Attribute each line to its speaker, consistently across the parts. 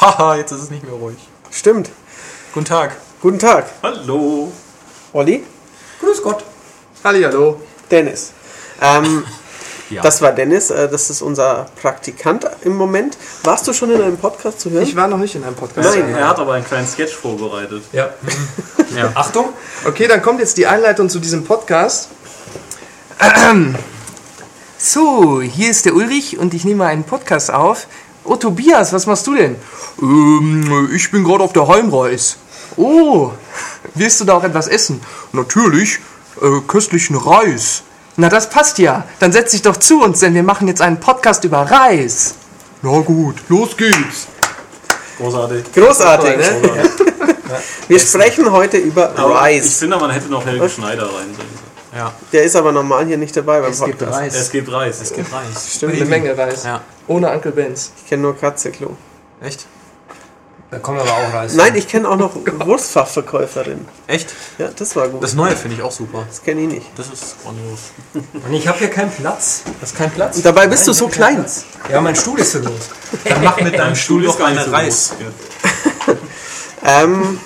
Speaker 1: Haha, jetzt ist es nicht mehr ruhig.
Speaker 2: Stimmt.
Speaker 1: Guten Tag.
Speaker 2: Guten Tag.
Speaker 1: Hallo.
Speaker 2: Olli?
Speaker 1: Grüß Gott.
Speaker 3: Hallihallo.
Speaker 2: Dennis. Ähm,
Speaker 1: Ja.
Speaker 2: Das war Dennis, äh, das ist unser Praktikant im Moment. Warst du schon in einem Podcast zu hören?
Speaker 3: Ich war noch nicht in einem Podcast.
Speaker 2: Nein.
Speaker 4: Er hat aber einen kleinen Sketch vorbereitet.
Speaker 1: Ja. ja. Achtung.
Speaker 3: Okay, dann kommt jetzt die Einleitung zu diesem Podcast. So, hier ist der Ulrich und ich nehme einen Podcast auf. Oh, Tobias, was machst du denn? Ähm, ich bin gerade auf der Heimreis. Oh, wirst du da auch etwas essen? Natürlich, äh, köstlichen Reis. Na, das passt ja. Dann setz dich doch zu uns, denn wir machen jetzt einen Podcast über Reis. Na gut, los geht's.
Speaker 4: Großartig.
Speaker 2: Großartig, ne?
Speaker 4: Großartig.
Speaker 2: Wir sprechen heute über
Speaker 4: Aber Ich
Speaker 2: Reis.
Speaker 4: finde, man hätte noch Helge Schneider rein sollen.
Speaker 1: Ja.
Speaker 2: Der ist aber normal hier nicht dabei beim
Speaker 3: gibt
Speaker 2: Podcast.
Speaker 4: Es gibt Reis. Es gibt
Speaker 1: Reis.
Speaker 2: Stimmt,
Speaker 5: Eine
Speaker 2: ich
Speaker 5: Menge Reis.
Speaker 1: Ja.
Speaker 3: Ohne Uncle Benz.
Speaker 2: kenne nur Katzeklo.
Speaker 1: Echt?
Speaker 5: Da kommen aber auch Reis.
Speaker 2: Nein, ich kenne auch noch
Speaker 3: Oh
Speaker 2: Wurstfachverkäuferin.
Speaker 1: Echt?
Speaker 2: Ja, das war gut.
Speaker 1: Das Neue finde ich auch super.
Speaker 2: Das kenne ich nicht.
Speaker 1: Das ist grandios.
Speaker 5: Und ich habe hier keinen Platz. Das ist kein Platz.
Speaker 2: Und dabei bist du
Speaker 5: ich
Speaker 2: so
Speaker 5: hab keinen
Speaker 2: klein.
Speaker 5: Platz. Ja, mein Stuhl ist so groß.
Speaker 1: Dann mach mit deinem Stuhl
Speaker 4: ist
Speaker 1: doch
Speaker 4: gar nicht
Speaker 1: eine
Speaker 4: so
Speaker 1: Reis.
Speaker 4: groß.
Speaker 2: Ähm,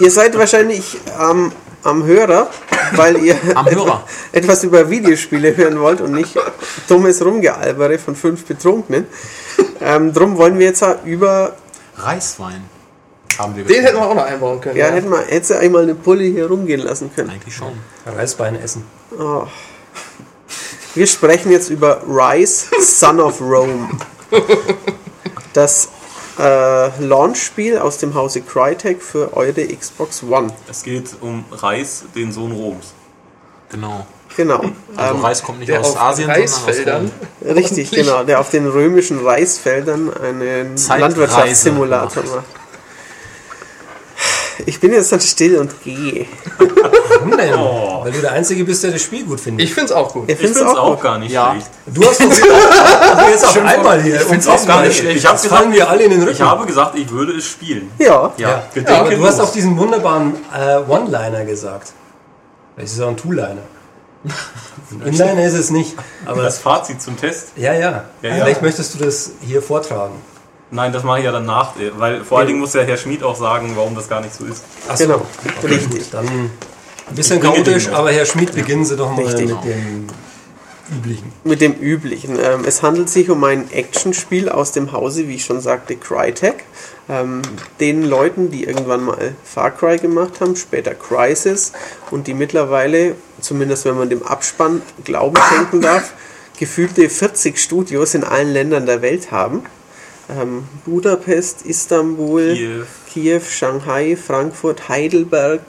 Speaker 2: ihr seid wahrscheinlich am, am Hörer, weil ihr
Speaker 1: Am Hörer.
Speaker 2: etwas über Videospiele hören wollt und nicht dummes Rumgealbere von fünf Betrunkenen. Ähm, drum wollen wir jetzt mal über.
Speaker 1: Reiswein. Haben wir
Speaker 3: Den hätten wir auch noch einbauen können.
Speaker 2: Ja, hätten wir hätte sie einmal eine Pulle hier rumgehen lassen können.
Speaker 1: Eigentlich schon.
Speaker 5: Reisbein essen.
Speaker 2: Oh. Wir sprechen jetzt über Rise, Son of Rome. Das äh, Launch-Spiel aus dem Hause Crytek für eure Xbox One.
Speaker 4: Es geht um Reis, den Sohn Roms.
Speaker 1: Genau.
Speaker 2: Genau.
Speaker 1: Also
Speaker 2: Ähm,
Speaker 1: Reis kommt nicht
Speaker 3: Der
Speaker 1: aus
Speaker 3: auf
Speaker 1: Asien,
Speaker 3: Reisfeldern.
Speaker 1: sondern aus
Speaker 2: Richtig, genau, der auf den römischen Reisfeldern einen
Speaker 1: Zeitreise
Speaker 2: Landwirtschaftssimulator macht. Ich bin jetzt dann still und gehe.
Speaker 5: Warum denn?
Speaker 4: Oh.
Speaker 5: Weil du der Einzige bist, der das Spiel gut findet.
Speaker 3: Ich find's auch gut.
Speaker 2: Ihr
Speaker 4: Ich
Speaker 2: find's
Speaker 4: finde es
Speaker 2: auch,
Speaker 4: auch
Speaker 2: gut?
Speaker 4: gar nicht
Speaker 1: Ja.
Speaker 4: schlecht.
Speaker 5: Du hast doch also jetzt auf einmal hier. Ich
Speaker 1: find's auch gar nicht schlecht.
Speaker 5: Ich hab's fangen wir alle in den Rücken.
Speaker 4: Ich habe gesagt, ich würde es spielen.
Speaker 2: Ja.
Speaker 1: Ja.
Speaker 5: ja.
Speaker 4: Wir
Speaker 5: Ja, aber
Speaker 4: denken
Speaker 5: du hast
Speaker 4: los.
Speaker 5: auch diesen wunderbaren äh, One-Liner gesagt. Das ist auch ein Two-Liner. Ein Inliner ist es nicht. Aber
Speaker 4: Das Fazit zum Test.
Speaker 5: ja, ja.
Speaker 4: Ja, ja.
Speaker 5: Vielleicht möchtest du das hier vortragen.
Speaker 4: Nein, das mache ich ja danach, weil vor allen Dingen muss ja Herr Schmid auch sagen, warum das gar nicht so ist.
Speaker 5: Achso,
Speaker 2: Genau.
Speaker 5: Okay,
Speaker 2: Richtig.
Speaker 5: Gut, dann ein bisschen
Speaker 4: bringe
Speaker 5: chaotisch,
Speaker 4: den mit.
Speaker 5: aber Herr Schmid, beginnen Sie doch mal
Speaker 2: Richtig.
Speaker 5: mit dem üblichen.
Speaker 2: Mit dem üblichen. Ähm, es handelt sich um ein Actionspiel aus dem Hause, wie ich schon sagte, Crytek. Ähm, den Leuten, die irgendwann mal Far Cry gemacht haben, später Crysis und die mittlerweile, zumindest wenn man dem Abspann Glauben schenken darf, gefühlte 40 Studios in allen Ländern der Welt haben. Ähm, Budapest, Istanbul,
Speaker 4: Kiew.
Speaker 2: Kiew, Shanghai, Frankfurt, Heidelberg,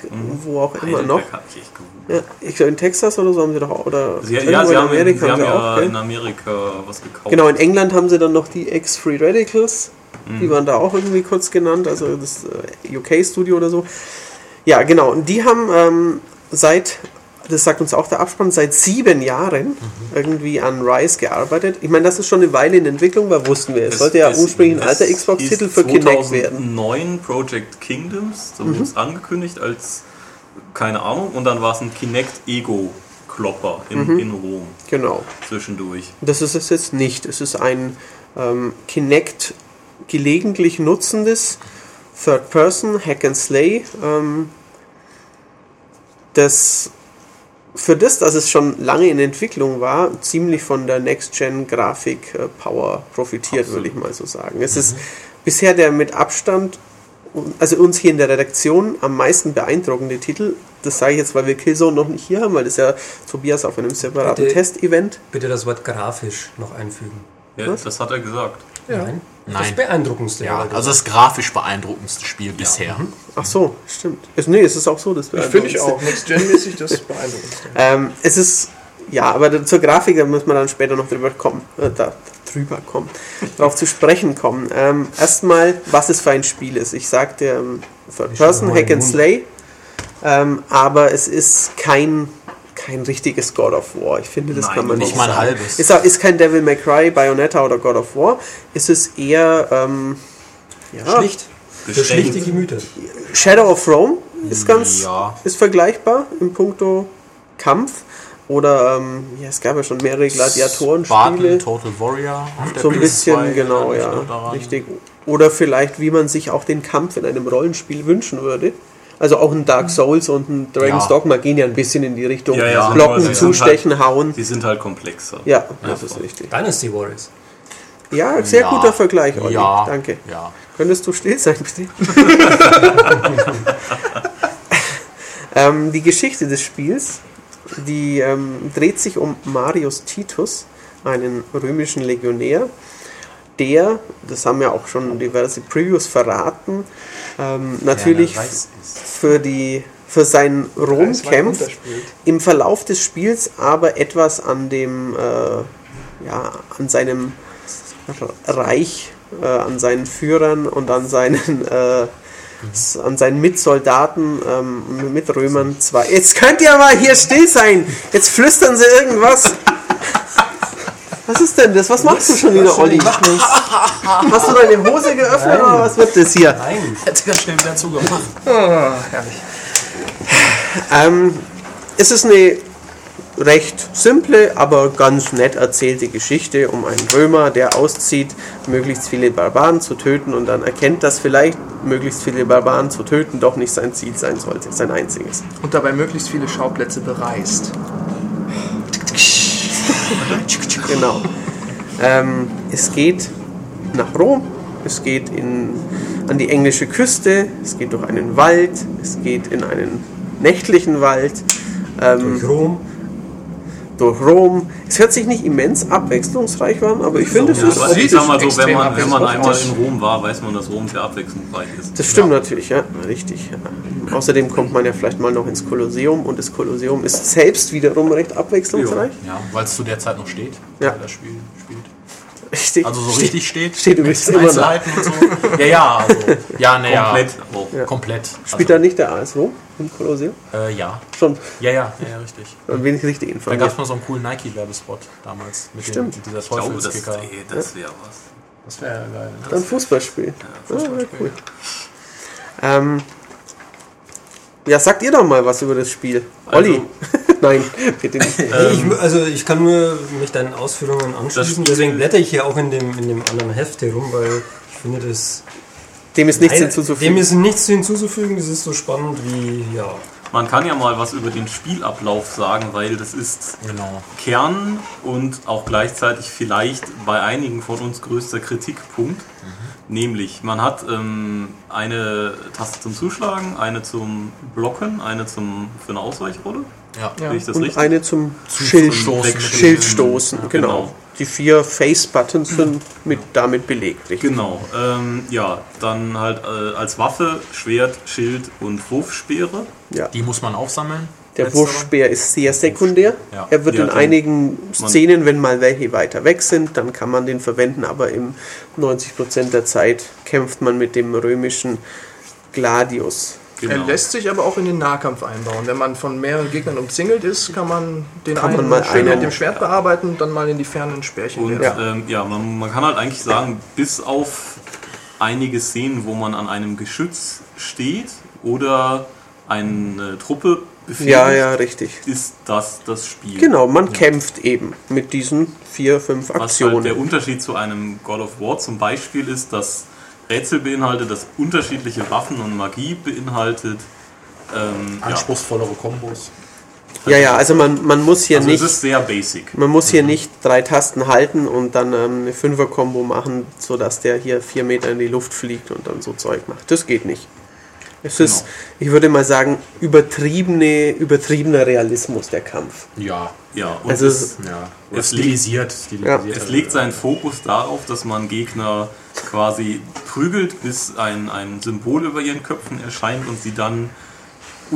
Speaker 2: wo auch immer noch.
Speaker 4: Mhm. Heidelberg hab ich echt gewundert.
Speaker 2: Ja, ich glaube, in Texas oder so haben sie doch auch. Oder
Speaker 4: Sie, ja,
Speaker 2: irgendwo
Speaker 4: sie haben, in, sie
Speaker 2: haben
Speaker 4: haben
Speaker 2: auch,
Speaker 4: ja
Speaker 2: gell?
Speaker 4: in Amerika was gekauft.
Speaker 2: Genau, in England haben sie dann noch die Ex-Free Radicals. Die waren da auch irgendwie kurz genannt, also das äh, UK-Studio oder so. Ja, genau. Und die haben ähm, seit, das sagt uns auch der Abspann, seit sieben Jahren irgendwie an Rise gearbeitet. Ich meine, das ist schon eine Weile in Entwicklung, weil wussten wir, es, sollte ja ursprünglich ein alter
Speaker 4: es
Speaker 2: Xbox-Titel
Speaker 4: hieß
Speaker 2: für Kinect werden. Mhm.
Speaker 4: 2009 Project Kingdoms, so wurde es angekündigt als, keine Ahnung, und dann war es ein Kinect-Ego-Klopper in,
Speaker 2: Mhm.
Speaker 4: in Rom
Speaker 2: Genau.
Speaker 4: zwischendurch.
Speaker 2: Das ist es jetzt nicht. Es ist ein ähm, Kinect gelegentlich nutzendes Third Person Hack and Slay, ähm, das für das, dass es schon lange in Entwicklung war, ziemlich von der Next-Gen-Grafik-Power profitiert, würde ich mal so sagen. Es ist bisher der mit Abstand, also uns hier in der Redaktion, am meisten beeindruckende Titel. Das sage ich jetzt, weil wir Killzone noch nicht hier haben, weil das ja Tobias auf einem separaten
Speaker 5: Bitte.
Speaker 2: Testevent
Speaker 5: Bitte das Wort grafisch noch einfügen.
Speaker 4: Ja, das hat er gesagt.
Speaker 5: Nein? Das
Speaker 1: Nein.
Speaker 5: beeindruckendste.
Speaker 1: Ja,
Speaker 5: war das.
Speaker 1: also das grafisch beeindruckendste Spiel
Speaker 4: Mhm.
Speaker 1: bisher.
Speaker 2: Ach so, stimmt. Es, nee, es ist auch so, das wäre
Speaker 3: Finde ich auch. Next-Gen-mäßig, das ist beeindruckend.
Speaker 2: Ähm, es ist, ja, aber da- zur Grafik, da müssen wir dann später noch drüber kommen, äh, da drüber kommen, darauf zu sprechen kommen. Ähm, Erstmal, was es für ein Spiel ist. Ich sagte, ähm, Third
Speaker 5: Ich schau
Speaker 2: Person,
Speaker 5: mal
Speaker 2: Hack
Speaker 5: in den
Speaker 2: and
Speaker 5: Mund.
Speaker 2: Slay, ähm, aber es ist kein, kein richtiges God of War. Ich finde, das
Speaker 4: Nein,
Speaker 2: kann man
Speaker 1: nicht
Speaker 2: nicht
Speaker 1: mal ein
Speaker 2: sagen.
Speaker 1: halbes.
Speaker 2: Ist, auch- ist kein Devil May Cry, Bayonetta oder God of War. Es ist eher, ähm, ja,
Speaker 5: schlicht. Für
Speaker 4: Geschenkt.
Speaker 5: schlichte Gemüter.
Speaker 2: Shadow of Rome ist ganz
Speaker 1: Ja.
Speaker 2: ist vergleichbar im Punkto Kampf, Oder ähm, ja, es gab ja schon mehrere
Speaker 1: Spartan,
Speaker 2: Gladiatoren-Spiele.
Speaker 1: Total Warrior auf der
Speaker 2: So ein
Speaker 1: PS2
Speaker 2: bisschen, genau,
Speaker 1: erinnere ich
Speaker 2: ja.
Speaker 1: noch daran.
Speaker 2: Richtig. Oder vielleicht, wie man sich auch den Kampf in einem Rollenspiel wünschen würde. Also auch ein Dark Souls und ein Dragon's
Speaker 1: Ja.
Speaker 2: Dogma gehen ja ein bisschen in die Richtung.
Speaker 4: Ja, ja,
Speaker 2: Blocken,
Speaker 4: aber sie sind
Speaker 2: zustechen, hauen.
Speaker 4: Die sind halt komplexer.
Speaker 2: Ja, das ist richtig.
Speaker 5: Dynasty Warriors.
Speaker 2: Ja, sehr
Speaker 1: Ja.
Speaker 2: guter Vergleich, Olli.
Speaker 1: Ja.
Speaker 2: Danke.
Speaker 1: Ja.
Speaker 2: Könntest du still sein, bitte? ähm, die Geschichte des Spiels, die ähm, dreht sich um Marius Titus, einen römischen Legionär, der, das haben ja auch schon diverse Previews verraten, ähm, natürlich
Speaker 1: Der weiß ist.
Speaker 2: für, die, für seinen Rom kämpft, im Verlauf des Spiels aber etwas an dem, äh, ja, an seinem R- Reich, äh, an seinen Führern und an seinen, äh, s- an seinen Mitsoldaten, ähm, Mitrömern zwar. Jetzt könnt ihr mal hier still sein! Jetzt flüstern sie irgendwas! Was ist denn das? Was machst du schon wieder, Olli? Hast du deine Hose geöffnet oder was wird das hier?
Speaker 5: Nein.
Speaker 1: Hätte ganz schnell wieder zugemacht.
Speaker 2: Ähm, es ist eine recht simple, aber ganz nett erzählte Geschichte um einen Römer, der auszieht, möglichst viele Barbaren zu töten und dann erkennt, dass vielleicht möglichst viele Barbaren zu töten doch nicht sein Ziel sein sollte, sein einziges.
Speaker 3: Und dabei möglichst viele Schauplätze bereist.
Speaker 2: Genau. Ähm, es geht nach Rom, es geht in, an die englische Küste, es geht durch einen Wald, es geht in einen nächtlichen Wald. Ähm,
Speaker 5: Chrom.
Speaker 2: durch Rom. Es hört sich nicht immens abwechslungsreich an, aber ich finde, es ist
Speaker 4: Aber ich
Speaker 2: optisch.
Speaker 4: sag mal so, wenn
Speaker 3: extrem
Speaker 4: man, wenn man einmal in
Speaker 3: abwechslungsreich.
Speaker 4: Rom war, weiß man, dass Rom sehr abwechslungsreich ist.
Speaker 2: Das stimmt natürlich, ja, richtig. Ja. Außerdem kommt man ja vielleicht mal noch ins Kolosseum und das Kolosseum ist selbst wiederum recht abwechslungsreich.
Speaker 1: Ja, weil es zu der Zeit noch steht,
Speaker 2: Ja.
Speaker 1: weil das Spiel spielt.
Speaker 2: Richtig.
Speaker 1: Also so richtig steht.
Speaker 2: steht übrigens immer noch.
Speaker 1: Einzelheiten und so. Ja, ja, also. Ja, naja.
Speaker 4: Komplett auch.
Speaker 1: Komplett. Also,
Speaker 2: Spielt da nicht der AS Rom im Kolosseum?
Speaker 1: Äh, ja.
Speaker 2: Schon,
Speaker 1: Ja, ja, ja, ja, richtig.
Speaker 2: dann bin ich richtig
Speaker 1: Da gab es
Speaker 2: informiert.
Speaker 1: mal so einen coolen Nike-Werbespot damals. Mit
Speaker 2: Stimmt.
Speaker 1: Dem, mit dieser
Speaker 4: Ich glaube, das,
Speaker 1: Teufelskicker.
Speaker 2: eh-
Speaker 4: ey, das wäre was.
Speaker 3: Das wäre ja geil.
Speaker 2: Dann Fußballspiel. ah, cool. Ähm, ja, sagt ihr doch mal was über das Spiel. Olli. Nein, bitte nicht.
Speaker 5: ich, also ich kann nur mich deinen Ausführungen anschließen.
Speaker 4: Das-
Speaker 5: Deswegen blätter ich hier auch in dem, in dem anderen Heft herum, weil ich finde das...
Speaker 2: Dem ist nichts
Speaker 5: Nein,
Speaker 2: hinzuzufügen.
Speaker 5: Dem ist nichts hinzuzufügen. Das ist so spannend wie... Ja.
Speaker 4: Man kann ja mal was über den Spielablauf sagen, weil das ist
Speaker 1: Genau.
Speaker 4: Kern und auch gleichzeitig vielleicht bei einigen von uns größter Kritikpunkt. Nämlich, man hat ähm, eine Taste zum Zuschlagen, eine zum Blocken, eine zum für eine Ausweichrolle.
Speaker 1: Ja.
Speaker 4: Sehe ich das
Speaker 2: und
Speaker 4: richtig?
Speaker 2: eine zum Schild,
Speaker 4: Stoßen mit dem-
Speaker 2: Schildstoßen.
Speaker 4: Ja,
Speaker 2: genau.
Speaker 4: genau. Mhm.
Speaker 2: Die vier Face-Buttons sind mit, damit belegt. Richtig?
Speaker 4: Genau, ähm, ja, dann halt äh, als Waffe Schwert, Schild und Wurfspeere.
Speaker 2: Ja.
Speaker 1: Die muss man aufsammeln.
Speaker 2: Der
Speaker 1: Letztere.
Speaker 2: Wurfspeer ist sehr sekundär.
Speaker 1: Ja.
Speaker 2: Er wird
Speaker 4: Ja,
Speaker 2: in
Speaker 4: dann-
Speaker 2: einigen Szenen, wenn mal welche weiter weg sind, dann kann man den verwenden, aber im 90% der Zeit kämpft man mit dem römischen Gladius.
Speaker 3: Er
Speaker 4: Genau.
Speaker 3: lässt sich aber auch in den Nahkampf einbauen. Wenn man von mehreren Gegnern umzingelt ist, kann man den
Speaker 2: Kann man
Speaker 3: einen
Speaker 2: mal
Speaker 3: schön
Speaker 2: einen-
Speaker 3: mit dem Schwert bearbeiten und dann mal in die fernen Sperrchen
Speaker 4: Und
Speaker 3: werfen.
Speaker 4: ja, ähm, ja man, man kann halt eigentlich sagen, bis auf einige Szenen, wo man an einem Geschütz steht oder eine Truppe befehligt,
Speaker 2: Ja, ja, richtig.
Speaker 4: ist das das Spiel.
Speaker 2: Genau, man kämpft eben mit diesen vier, fünf
Speaker 4: Was halt der
Speaker 2: Aktionen.
Speaker 4: Unterschied zu einem God of War zum Beispiel ist, dass Rätsel beinhaltet, dass unterschiedliche Waffen und Magie beinhaltet. Ähm, ja.
Speaker 1: Anspruchsvollere Kombos.
Speaker 2: Ja, ja, also man, man muss hier
Speaker 4: Also es
Speaker 2: nicht.
Speaker 4: ist sehr basic.
Speaker 2: Man muss hier nicht drei Tasten halten und dann ähm, eine Fünfer-Kombo machen, sodass der hier vier Meter in die Luft fliegt und dann so Zeug macht. Das geht nicht. Es ist,
Speaker 4: Genau.
Speaker 2: ich würde mal sagen, übertriebene, übertriebener Realismus der Kampf.
Speaker 1: Ja.
Speaker 4: Ja, und
Speaker 2: Also es,
Speaker 1: Ja.
Speaker 4: Es
Speaker 1: stilisiert. stilisiert.
Speaker 2: Ja.
Speaker 4: Es legt seinen Fokus darauf, dass man Gegner quasi prügelt, bis ein, ein Symbol über ihren Köpfen erscheint und sie dann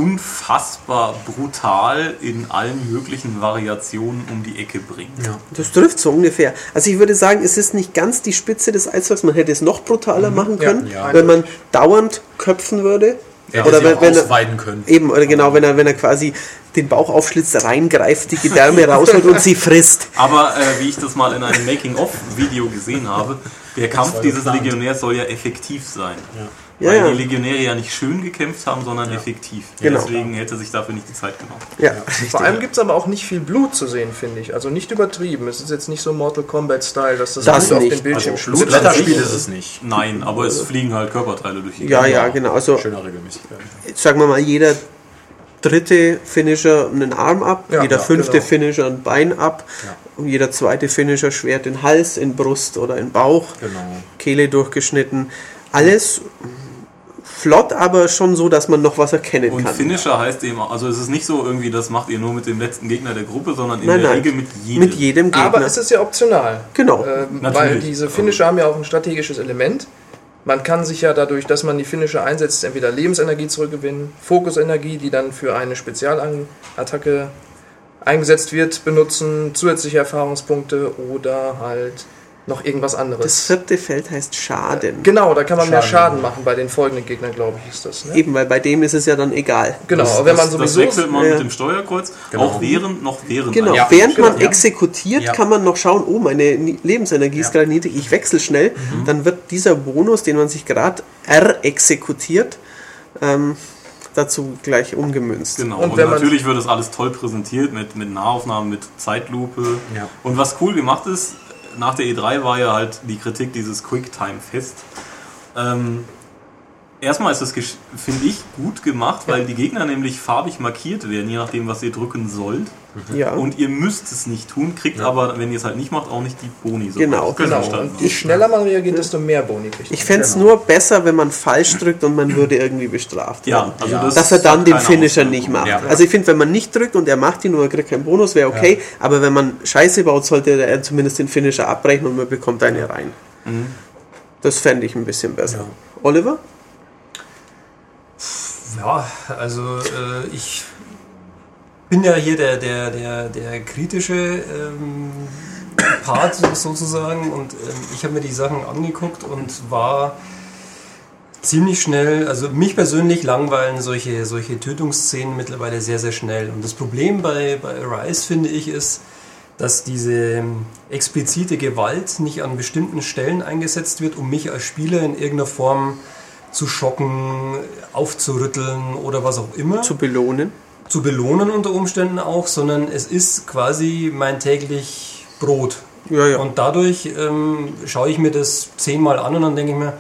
Speaker 4: unfassbar brutal in allen möglichen Variationen um die Ecke bringt.
Speaker 1: Ja.
Speaker 2: das trifft so ungefähr. Also ich würde sagen, es ist nicht ganz die Spitze des Eisbergs. Man hätte es noch brutaler machen
Speaker 3: Ja,
Speaker 2: können,
Speaker 1: ja.
Speaker 2: wenn man dauernd köpfen würde.
Speaker 1: Er
Speaker 2: Oder
Speaker 1: hätte
Speaker 2: wenn,
Speaker 1: sie auch
Speaker 2: wenn, er-
Speaker 1: ausweiten können.
Speaker 2: eben, oder genau, wenn er, wenn er quasi den Bauch aufschlitzt, reingreift, die Gedärme rausholt und sie frisst.
Speaker 4: Aber äh, wie ich das mal in einem Making-of-Video gesehen habe, Der Kampf
Speaker 5: war
Speaker 4: dieses
Speaker 5: geplant.
Speaker 4: Legionärs soll ja effektiv sein.
Speaker 2: Ja,
Speaker 4: weil
Speaker 2: ja.
Speaker 4: die Legionäre ja nicht schön gekämpft haben, sondern effektiv.
Speaker 2: Genau.
Speaker 4: Deswegen hätte sich dafür nicht die Zeit genommen.
Speaker 2: ja.
Speaker 6: Vor allem gibt es aber auch nicht viel Blut zu sehen, finde ich. Also nicht übertrieben. Es ist jetzt nicht so Mortal Kombat-Style, dass das,
Speaker 2: Das
Speaker 6: Blut auf
Speaker 2: nicht.
Speaker 6: den Bildschirm
Speaker 1: Also,
Speaker 6: schlug.
Speaker 1: Blätterspiel ist es nicht.
Speaker 4: Nein, aber es fliegen halt Körperteile durch die
Speaker 2: Äh. ja,
Speaker 4: Gegend.
Speaker 2: ja, genau. Also
Speaker 1: Schöner Regelmäßigkeit.
Speaker 2: sagen wir mal, jeder dritte Finisher einen Arm ab,
Speaker 6: Ja,
Speaker 2: jeder
Speaker 6: ja,
Speaker 2: fünfte
Speaker 6: genau.
Speaker 2: Finisher ein Bein ab und jeder zweite Finisher schwert in Hals, in Brust oder in Bauch,
Speaker 1: Genau.
Speaker 2: Kehle durchgeschnitten. Alles flott, aber schon so, dass man noch was erkennen
Speaker 4: Und
Speaker 2: kann.
Speaker 4: Finisher heißt eben, also es ist nicht so irgendwie, das macht ihr nur mit dem letzten Gegner der Gruppe, sondern in
Speaker 2: Nein,
Speaker 4: der
Speaker 2: nein.
Speaker 4: Regel mit jedem.
Speaker 2: Mit jedem Gegner.
Speaker 6: Aber es ist ja optional.
Speaker 2: Genau.
Speaker 4: Äh,
Speaker 6: Ähm, weil
Speaker 4: Natürlich.
Speaker 6: diese Finisher haben ja auch ein strategisches Element. Man kann sich ja dadurch, dass man die Finisher einsetzt, entweder Lebensenergie zurückgewinnen, Fokusenergie, die dann für eine Spezialattacke eingesetzt wird, benutzen, zusätzliche Erfahrungspunkte oder halt noch irgendwas
Speaker 2: das
Speaker 6: anderes.
Speaker 2: vierte Feld heißt Schaden.
Speaker 6: genau, da kann man mehr
Speaker 5: Schaden.
Speaker 6: Schaden machen bei den folgenden Gegnern, glaube ich, ist das. Ne?
Speaker 2: Eben, weil bei dem ist es ja dann egal.
Speaker 6: Genau,
Speaker 4: Das-
Speaker 6: aber wenn man
Speaker 4: das-
Speaker 6: sowieso.
Speaker 4: Das wechselt man
Speaker 2: ja.
Speaker 4: mit dem Steuerkreuz,
Speaker 1: Genau.
Speaker 4: auch während, noch während.
Speaker 2: Genau,
Speaker 4: einer-
Speaker 2: während man
Speaker 6: genau, ja.
Speaker 2: exekutiert,
Speaker 1: Ja.
Speaker 2: kann man noch schauen, oh, meine Ni- Lebensenergie ist
Speaker 1: Ja.
Speaker 2: gerade niedrig, ich wechsle schnell. Dann wird dieser Bonus, den man sich gerade erexekutiert, ähm, dazu gleich umgemünzt.
Speaker 4: Genau,
Speaker 6: Und
Speaker 4: und,
Speaker 6: wenn man-
Speaker 4: natürlich wird das alles toll präsentiert mit, mit Nahaufnahmen, mit Zeitlupe.
Speaker 1: Ja.
Speaker 4: Und was cool gemacht ist, nach der E3 war ja halt die Kritik dieses Quicktime-Fest. Ähm, erstmal ist das, gesch- finde ich, gut gemacht, weil die Gegner nämlich farbig markiert werden, je nachdem, was ihr drücken sollt.
Speaker 2: Ja.
Speaker 4: Und ihr müsst es nicht tun, kriegt aber, wenn ihr es halt nicht macht, auch nicht die Boni. so
Speaker 2: Genau,
Speaker 4: weit.
Speaker 6: Genau,
Speaker 4: Verstanden.
Speaker 6: und je schneller man reagiert, desto mehr Boni kriegt man.
Speaker 2: ich fände es nur besser, wenn man falsch drückt und man würde irgendwie bestraft.
Speaker 4: Ja,
Speaker 2: werden.
Speaker 4: also
Speaker 1: Ja.
Speaker 4: Das
Speaker 2: Dass er dann
Speaker 4: hat
Speaker 2: den
Speaker 4: keine
Speaker 2: Finisher
Speaker 4: Auswirkung.
Speaker 2: nicht macht.
Speaker 1: Ja.
Speaker 2: Also ich finde, wenn man nicht drückt und er macht ihn und er kriegt keinen Bonus, wäre okay. Aber wenn man Scheiße baut, sollte er zumindest den Finisher abbrechen und man bekommt eine rein. Das fände ich ein bisschen besser. Oliver?
Speaker 5: Ja, also äh, ich bin ja hier der, der, der, der kritische ähm, Part sozusagen und ähm, ich habe mir die Sachen angeguckt und war ziemlich schnell, also mich persönlich langweilen solche, solche Tötungsszenen mittlerweile sehr, sehr schnell. Und das Problem bei, bei Rise, finde ich, ist, dass diese ähm, explizite Gewalt nicht an bestimmten Stellen eingesetzt wird, um mich als Spieler in irgendeiner Form zu schocken, aufzurütteln oder was auch immer
Speaker 2: Zu belohnen?
Speaker 5: zu belohnen unter Umständen auch, sondern es ist quasi mein täglich Brot.
Speaker 2: Ja, ja.
Speaker 5: Und dadurch ähm, schaue ich mir das zehnmal an und dann denke ich mir,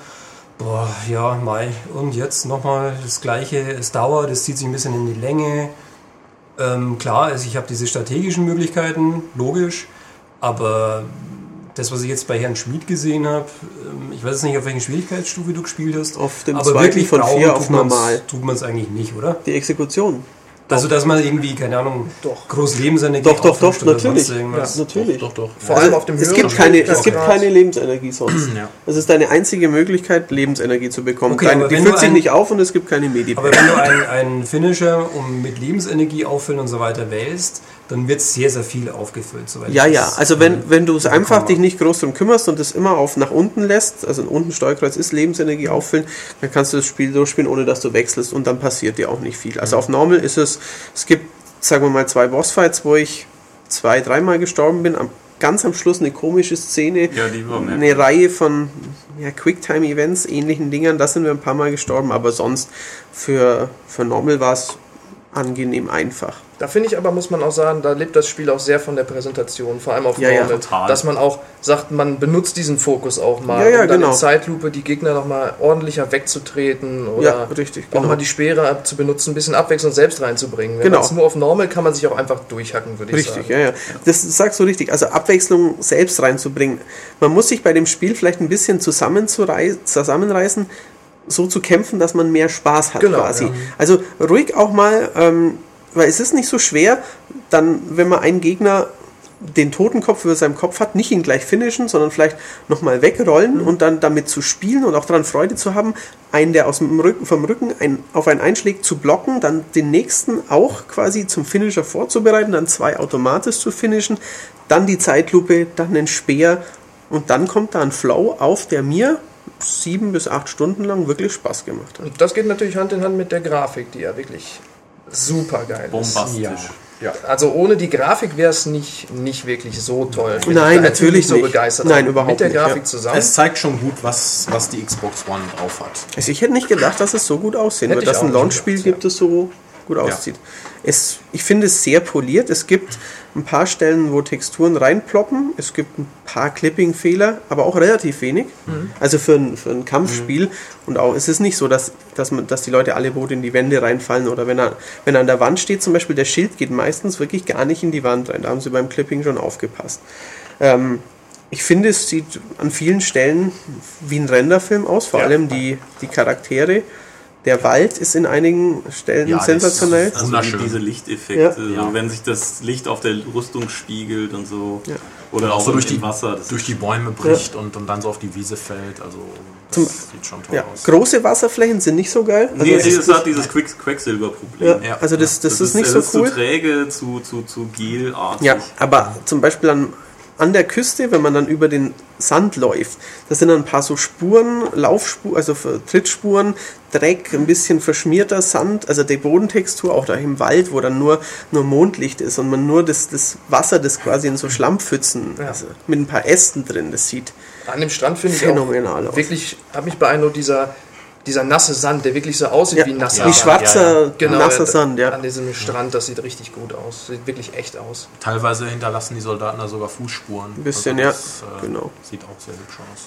Speaker 5: boah, ja, Mai, und jetzt nochmal das Gleiche, es dauert, es zieht sich ein bisschen in die Länge. Ähm, klar, also ich habe diese strategischen Möglichkeiten, logisch, aber das, was ich jetzt bei Herrn Schmid gesehen habe, ähm, ich weiß jetzt nicht, auf welchen Schwierigkeitsstufe du gespielt hast,
Speaker 2: Auf dem zweiten von
Speaker 5: brauchen
Speaker 2: vier
Speaker 5: tut
Speaker 2: auf
Speaker 5: man's-
Speaker 2: normal.
Speaker 5: Tut man es eigentlich nicht, oder?
Speaker 2: Die Exekution.
Speaker 5: Also, dass man irgendwie, keine Ahnung,
Speaker 6: Doch.
Speaker 5: groß Lebensenergie
Speaker 2: Doch, doch, doch,
Speaker 5: auffrischt oder
Speaker 2: natürlich.
Speaker 5: sonst irgendwas.
Speaker 2: natürlich. Also,
Speaker 1: Doch, doch.
Speaker 6: Vor allem auf dem
Speaker 2: es
Speaker 6: höheren
Speaker 2: gibt keine, es gibt
Speaker 6: Schwierigkeitsgrad.
Speaker 2: keine Lebensenergie sonst.
Speaker 1: Ja.
Speaker 2: Es ist deine einzige Möglichkeit, Lebensenergie zu bekommen.
Speaker 5: Okay,
Speaker 2: Keine,
Speaker 5: aber
Speaker 2: die
Speaker 5: wenn
Speaker 2: füllt
Speaker 5: du
Speaker 2: sich
Speaker 5: ein-
Speaker 2: nicht auf und es gibt keine Medi.
Speaker 5: Aber wenn du einen, einen Finisher um mit Lebensenergie auffüllen und so weiter wählst, dann wird sehr, sehr viel aufgefüllt. Soweit ich
Speaker 2: Ja, ja.
Speaker 5: das-
Speaker 2: Also wenn, wenn du es einfach
Speaker 5: man.
Speaker 2: dich nicht groß drum kümmerst und es immer auf nach unten lässt, also unten Steuerkreuz ist Lebensenergie auffüllen, dann kannst du das Spiel durchspielen, ohne dass du wechselst und dann passiert dir auch nicht viel. Also auf Normal ist es, es gibt, sagen wir mal, zwei Bossfights, wo ich zwei, dreimal gestorben bin, am, ganz am Schluss eine komische Szene,
Speaker 4: Ja, die war merkwürdig.
Speaker 2: eine Reihe von ja, Quicktime-Events, ähnlichen Dingern, da sind wir ein paar Mal gestorben, aber sonst für, für Normal war es angenehm einfach.
Speaker 6: Da finde ich aber, muss man auch sagen, da lebt das Spiel auch sehr von der Präsentation, vor allem auf
Speaker 2: Ja, ja,
Speaker 6: Normal.
Speaker 4: total.
Speaker 6: dass man auch sagt, man benutzt diesen Fokus auch mal,
Speaker 2: Ja, ja,
Speaker 6: um dann
Speaker 2: genau.
Speaker 6: in Zeitlupe die Gegner nochmal ordentlicher wegzutreten oder
Speaker 2: Ja, richtig,
Speaker 6: auch
Speaker 2: genau.
Speaker 6: mal die Speere ab- zu benutzen, ein bisschen Abwechslung selbst reinzubringen. Wenn
Speaker 2: Genau.
Speaker 6: man es nur auf Normal kann man sich auch einfach durchhacken, würde ich
Speaker 2: Richtig,
Speaker 6: sagen.
Speaker 2: ja, ja. Das sagst du richtig. Also Abwechslung selbst reinzubringen. Man muss sich bei dem Spiel vielleicht ein bisschen zusammenzurei- zusammenreißen, so zu kämpfen, dass man mehr Spaß hat
Speaker 6: Genau,
Speaker 2: quasi.
Speaker 6: ja.
Speaker 2: Also ruhig auch mal, ähm, weil es ist nicht so schwer, dann, wenn man einen Gegner den Totenkopf über seinem Kopf hat, nicht ihn gleich finishen, sondern vielleicht nochmal wegrollen und dann damit zu spielen und auch daran Freude zu haben, einen, der aus dem Rücken, vom Rücken ein, auf einen einschlägt, zu blocken, dann den nächsten auch quasi zum Finisher vorzubereiten, dann zwei automatisch zu finishen, dann die Zeitlupe, dann den Speer und dann kommt da ein Flow auf, der mir sieben bis acht Stunden lang wirklich Spaß gemacht hat.
Speaker 6: Und das geht natürlich Hand in Hand mit der Grafik, die ja wirklich super geil ist.
Speaker 4: Bombastisch.
Speaker 5: Ja.
Speaker 7: Ja.
Speaker 6: Also ohne die Grafik wäre es nicht, nicht wirklich so toll. Bin
Speaker 2: Nein,
Speaker 6: da
Speaker 2: natürlich
Speaker 6: so
Speaker 2: nicht.
Speaker 6: begeistert.
Speaker 2: Nein, überhaupt
Speaker 6: Mit der
Speaker 2: nicht, ja.
Speaker 6: Grafik zusammen.
Speaker 1: Es zeigt schon gut, was, was die Xbox One drauf hat.
Speaker 2: Also ich hätte nicht gedacht, dass es so gut aussehen
Speaker 6: Hätte
Speaker 2: wird,
Speaker 6: ich
Speaker 2: dass
Speaker 6: auch
Speaker 2: ein
Speaker 6: nicht
Speaker 2: Launch-Spiel
Speaker 6: gedacht, ja.
Speaker 2: gibt, das so gut aussieht. Es, ich finde es sehr poliert. Es gibt ein paar Stellen, wo Texturen reinploppen. Es gibt ein paar Clipping-Fehler, aber auch relativ wenig.
Speaker 6: Mhm.
Speaker 2: Also für ein, für ein Kampfspiel. Und auch es ist nicht so, dass, dass, man, dass die Leute alle Boote in die Wände reinfallen oder wenn er, wenn er an der Wand steht, zum Beispiel der Schild geht meistens wirklich gar nicht in die Wand rein. Da haben sie beim Clipping schon aufgepasst. Ähm, ich finde, es sieht an vielen Stellen wie ein Renderfilm aus, vor
Speaker 7: Ja.
Speaker 2: allem die, die Charaktere. Der Wald ist in einigen Stellen
Speaker 1: Ja, das-
Speaker 2: sensationell.
Speaker 1: das-
Speaker 4: Also die,
Speaker 1: Wunderschön.
Speaker 4: diese Lichteffekte,
Speaker 1: Ja.
Speaker 4: so, wenn sich das Licht auf der Rüstung spiegelt und so.
Speaker 2: Ja.
Speaker 4: Oder auch
Speaker 1: so durch
Speaker 4: im
Speaker 1: die-
Speaker 4: Wasser. Das
Speaker 1: Durch die Bäume bricht und, und dann so auf die Wiese fällt. Also das
Speaker 2: Zum-
Speaker 1: sieht schon toll
Speaker 2: Ja,
Speaker 1: aus.
Speaker 2: große Wasserflächen sind nicht so geil. Also
Speaker 4: nee,
Speaker 2: es
Speaker 4: es,
Speaker 2: ist,
Speaker 4: es hat dieses Quick Quecksilber-Problem.
Speaker 2: ja, also das, das, ist nicht
Speaker 4: es
Speaker 2: so cool.
Speaker 4: zu träge, zu, zu, zu gelartig.
Speaker 2: Ja, aber zum Beispiel an, an der Küste, wenn man dann über den Sand läuft, da sind dann ein paar so Spuren, Laufspuren, also für Trittspuren, Dreck, ein bisschen verschmierter Sand, also die Bodentextur, auch da im Wald, wo dann nur, nur Mondlicht ist und man nur das, das Wasser, das quasi in so Schlammpfützen,
Speaker 6: Ja.
Speaker 2: also mit ein paar Ästen drin, das sieht
Speaker 6: An dem Strand finde ich auch
Speaker 2: phänomenal aus.
Speaker 6: wirklich, hat mich beeindruckt, dieser, dieser nasse Sand, der wirklich so aussieht
Speaker 2: Ja,
Speaker 6: wie nasser
Speaker 2: wie
Speaker 6: Sand.
Speaker 2: schwarzer,
Speaker 6: Genau,
Speaker 2: nasser
Speaker 6: der-
Speaker 2: Sand, ja.
Speaker 6: An diesem Strand, das sieht richtig gut aus. Sieht wirklich echt aus.
Speaker 1: Teilweise hinterlassen die Soldaten da sogar Fußspuren. Ein
Speaker 2: bisschen, ja,
Speaker 1: äh,
Speaker 2: genau.
Speaker 1: Sieht auch sehr hübsch aus.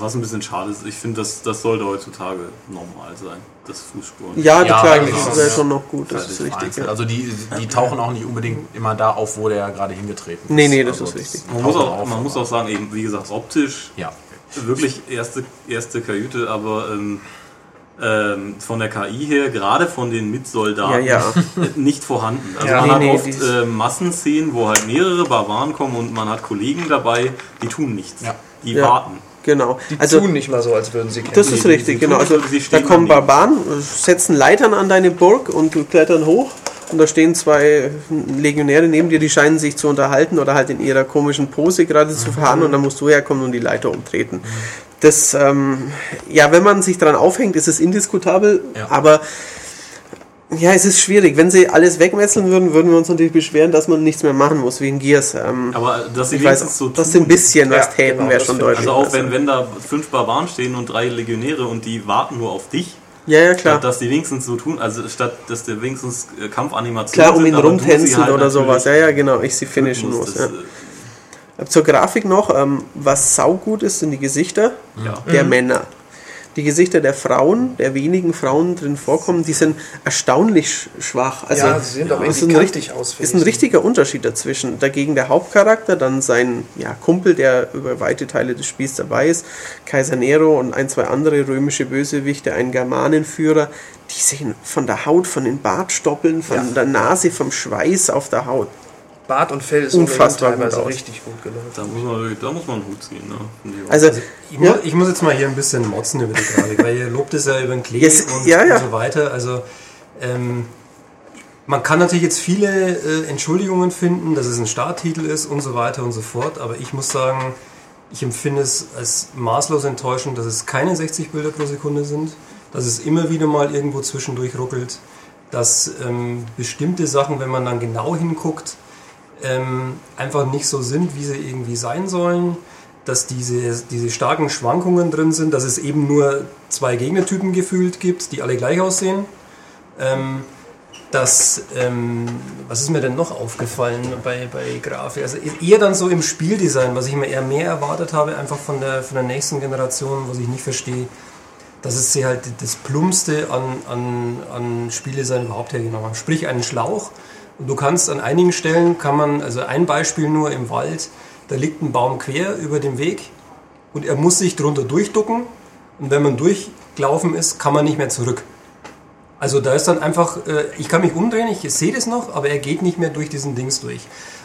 Speaker 4: Was ein bisschen schade ist, ich finde, das, das sollte heutzutage normal sein, das Fußspuren.
Speaker 2: Ja, die
Speaker 1: Ja,
Speaker 2: klar,
Speaker 1: eigentlich
Speaker 2: das
Speaker 1: schon,
Speaker 2: ist ja
Speaker 1: ja.
Speaker 2: schon noch gut, das
Speaker 1: Also
Speaker 2: ist
Speaker 1: die
Speaker 2: richtig.
Speaker 1: vereinzelt.
Speaker 2: Ja.
Speaker 1: Also die, die tauchen auch nicht unbedingt immer da auf, wo der gerade hingetreten ist.
Speaker 2: Nee, nee, das
Speaker 1: also
Speaker 2: ist richtig.
Speaker 4: Man muss,
Speaker 1: tauchen
Speaker 4: auch,
Speaker 1: auf,
Speaker 4: man muss
Speaker 1: aber-
Speaker 4: auch sagen, eben, wie gesagt, optisch
Speaker 1: Ja.
Speaker 4: wirklich erste, erste Kajüte, aber ähm, ähm, von der KI her, gerade von den
Speaker 2: Ja,
Speaker 4: Mitsoldaten,
Speaker 2: ja.
Speaker 4: äh, nicht vorhanden. Also
Speaker 6: Ja,
Speaker 4: man
Speaker 2: nee,
Speaker 4: hat
Speaker 2: nee, die ist-
Speaker 4: oft äh, Massenszenen, wo halt mehrere Barbaren kommen und man hat Kollegen dabei, die tun nichts.
Speaker 1: Ja.
Speaker 4: Die
Speaker 2: Ja.
Speaker 4: warten.
Speaker 2: Genau.
Speaker 6: Die
Speaker 2: Also,
Speaker 6: tun nicht mal so, als würden sie kennen.
Speaker 2: Das ist
Speaker 4: die-
Speaker 2: richtig,
Speaker 4: die
Speaker 2: genau.
Speaker 4: Tun-
Speaker 2: Also
Speaker 4: sie
Speaker 2: da
Speaker 4: stehen
Speaker 2: kommen
Speaker 4: daneben.
Speaker 2: Barbaren, äh, setzen Leitern an deine Burg und klettern hoch. Und da stehen zwei Legionäre neben dir, die scheinen sich zu unterhalten oder halt in ihrer komischen Pose gerade zu
Speaker 4: Mhm.
Speaker 2: verharren und dann musst du herkommen und die Leiter umtreten. Das, ähm, ja, wenn man sich dran aufhängt, ist es indiskutabel,
Speaker 1: Ja.
Speaker 2: aber ja, es ist schwierig. Wenn sie alles wegmetzeln würden, würden wir uns natürlich beschweren, dass man nichts mehr machen muss, wie in Gears. Ähm,
Speaker 4: Aber äh, dass sie
Speaker 2: ich weiß,
Speaker 4: wenigstens so
Speaker 2: dass sie ein bisschen was
Speaker 6: Ja,
Speaker 2: täten,
Speaker 6: genau,
Speaker 2: wäre
Speaker 6: das
Speaker 2: schon
Speaker 6: finde ich-
Speaker 2: deutlich.
Speaker 4: Also auch
Speaker 2: besser.
Speaker 4: wenn, wenn da fünf Barbaren stehen und drei Legionäre und die warten nur auf dich,
Speaker 2: ja, ja, klar.
Speaker 4: statt dass die wenigstens so tun, also statt dass der wenigstens äh, Kampfanimationen
Speaker 2: Klar, um
Speaker 4: sind,
Speaker 2: ihn
Speaker 4: aber du sie
Speaker 2: rumtänzeln
Speaker 4: halt
Speaker 2: oder sowas. Ja,
Speaker 4: natürlich
Speaker 2: ja, genau. Ich sie finishen
Speaker 4: töten
Speaker 2: muss.
Speaker 4: musst,
Speaker 2: Ja.
Speaker 4: das, äh,
Speaker 2: Zur Grafik noch, ähm, was saugut ist, sind die Gesichter
Speaker 4: Ja.
Speaker 2: der
Speaker 6: Mhm.
Speaker 2: Männer. Die Gesichter der Frauen, der wenigen Frauen drin vorkommen, die sind erstaunlich sch- schwach. Also
Speaker 6: ja, sie sind auch
Speaker 2: ist
Speaker 6: irgendwie
Speaker 2: ein
Speaker 6: richtig aus. finde
Speaker 2: ist ein
Speaker 6: ich.
Speaker 2: richtiger Unterschied dazwischen. Dagegen der Hauptcharakter, dann sein ja, Kumpel, der über weite Teile des Spiels dabei ist, Kaiser Nero und ein, zwei andere römische Bösewichte, ein Germanenführer, die sehen von der Haut, von den Bartstoppeln, von der Nase, vom Schweiß auf der Haut.
Speaker 6: Bart und Fell ist
Speaker 2: Unfassbar
Speaker 6: ohnehin teilweise
Speaker 2: gut aus.
Speaker 6: richtig gut gelungen.
Speaker 4: Da muss man, da muss man einen Hut ziehen. Ne? Finde ich auch.
Speaker 2: Also,
Speaker 5: Ich,
Speaker 2: Ja.
Speaker 5: mu ich muss jetzt mal hier ein bisschen motzen über die Grafik, weil ihr lobt es ja über den Klee
Speaker 2: Yes,
Speaker 5: und,
Speaker 2: ja, ja.
Speaker 5: und so weiter. Also ähm, man kann natürlich jetzt viele äh, Entschuldigungen finden, dass es ein Starttitel ist und so weiter und so fort, aber ich muss sagen, ich empfinde es als maßlos enttäuschend, dass es keine 60 Bilder pro Sekunde sind, dass es immer wieder mal irgendwo zwischendurch ruckelt, dass ähm, bestimmte Sachen, wenn man dann genau hinguckt, ähm, einfach nicht so sind, wie sie irgendwie sein sollen, dass diese, diese starken Schwankungen drin sind, dass es eben nur zwei Gegnertypen gefühlt gibt, die alle gleich aussehen. Ähm, dass, ähm, was ist mir denn noch aufgefallen bei, bei Grafik? Also eher dann so im Spieldesign, was ich mir eher mehr erwartet habe, einfach von der, von der nächsten Generation, was ich nicht verstehe, dass es sie halt das Plumpste an, an, an Spieldesign überhaupt hergenommen haben. Sprich, einen Schlauch. Und du kannst an einigen Stellen, kann man, also ein Beispiel nur im Wald, da liegt ein Baum quer über dem Weg und er muss sich drunter durchducken. Und wenn man durchgelaufen ist, kann man nicht mehr zurück. Also da ist dann einfach, äh, ich kann mich umdrehen, ich sehe das noch, aber er geht nicht mehr durch diesen Dings durch.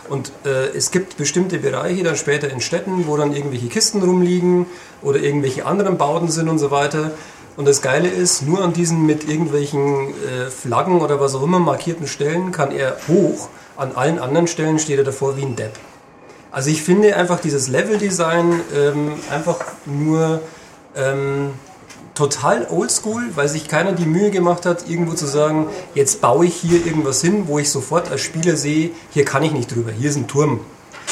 Speaker 5: Und äh, es gibt bestimmte Bereiche dann später in Städten, wo dann irgendwelche Kisten rumliegen oder irgendwelche anderen Bauten sind und so weiter. Und das Geile ist, nur an diesen mit irgendwelchen äh, Flaggen oder was auch immer markierten Stellen kann er hoch, an allen anderen Stellen steht er davor wie ein Depp. Also ich finde einfach dieses Level-Design ähm, einfach nur ähm, total oldschool, weil sich keiner die Mühe gemacht hat, irgendwo zu sagen, jetzt baue ich hier irgendwas hin, wo ich sofort als Spieler sehe, hier kann ich nicht drüber, hier ist ein Turm.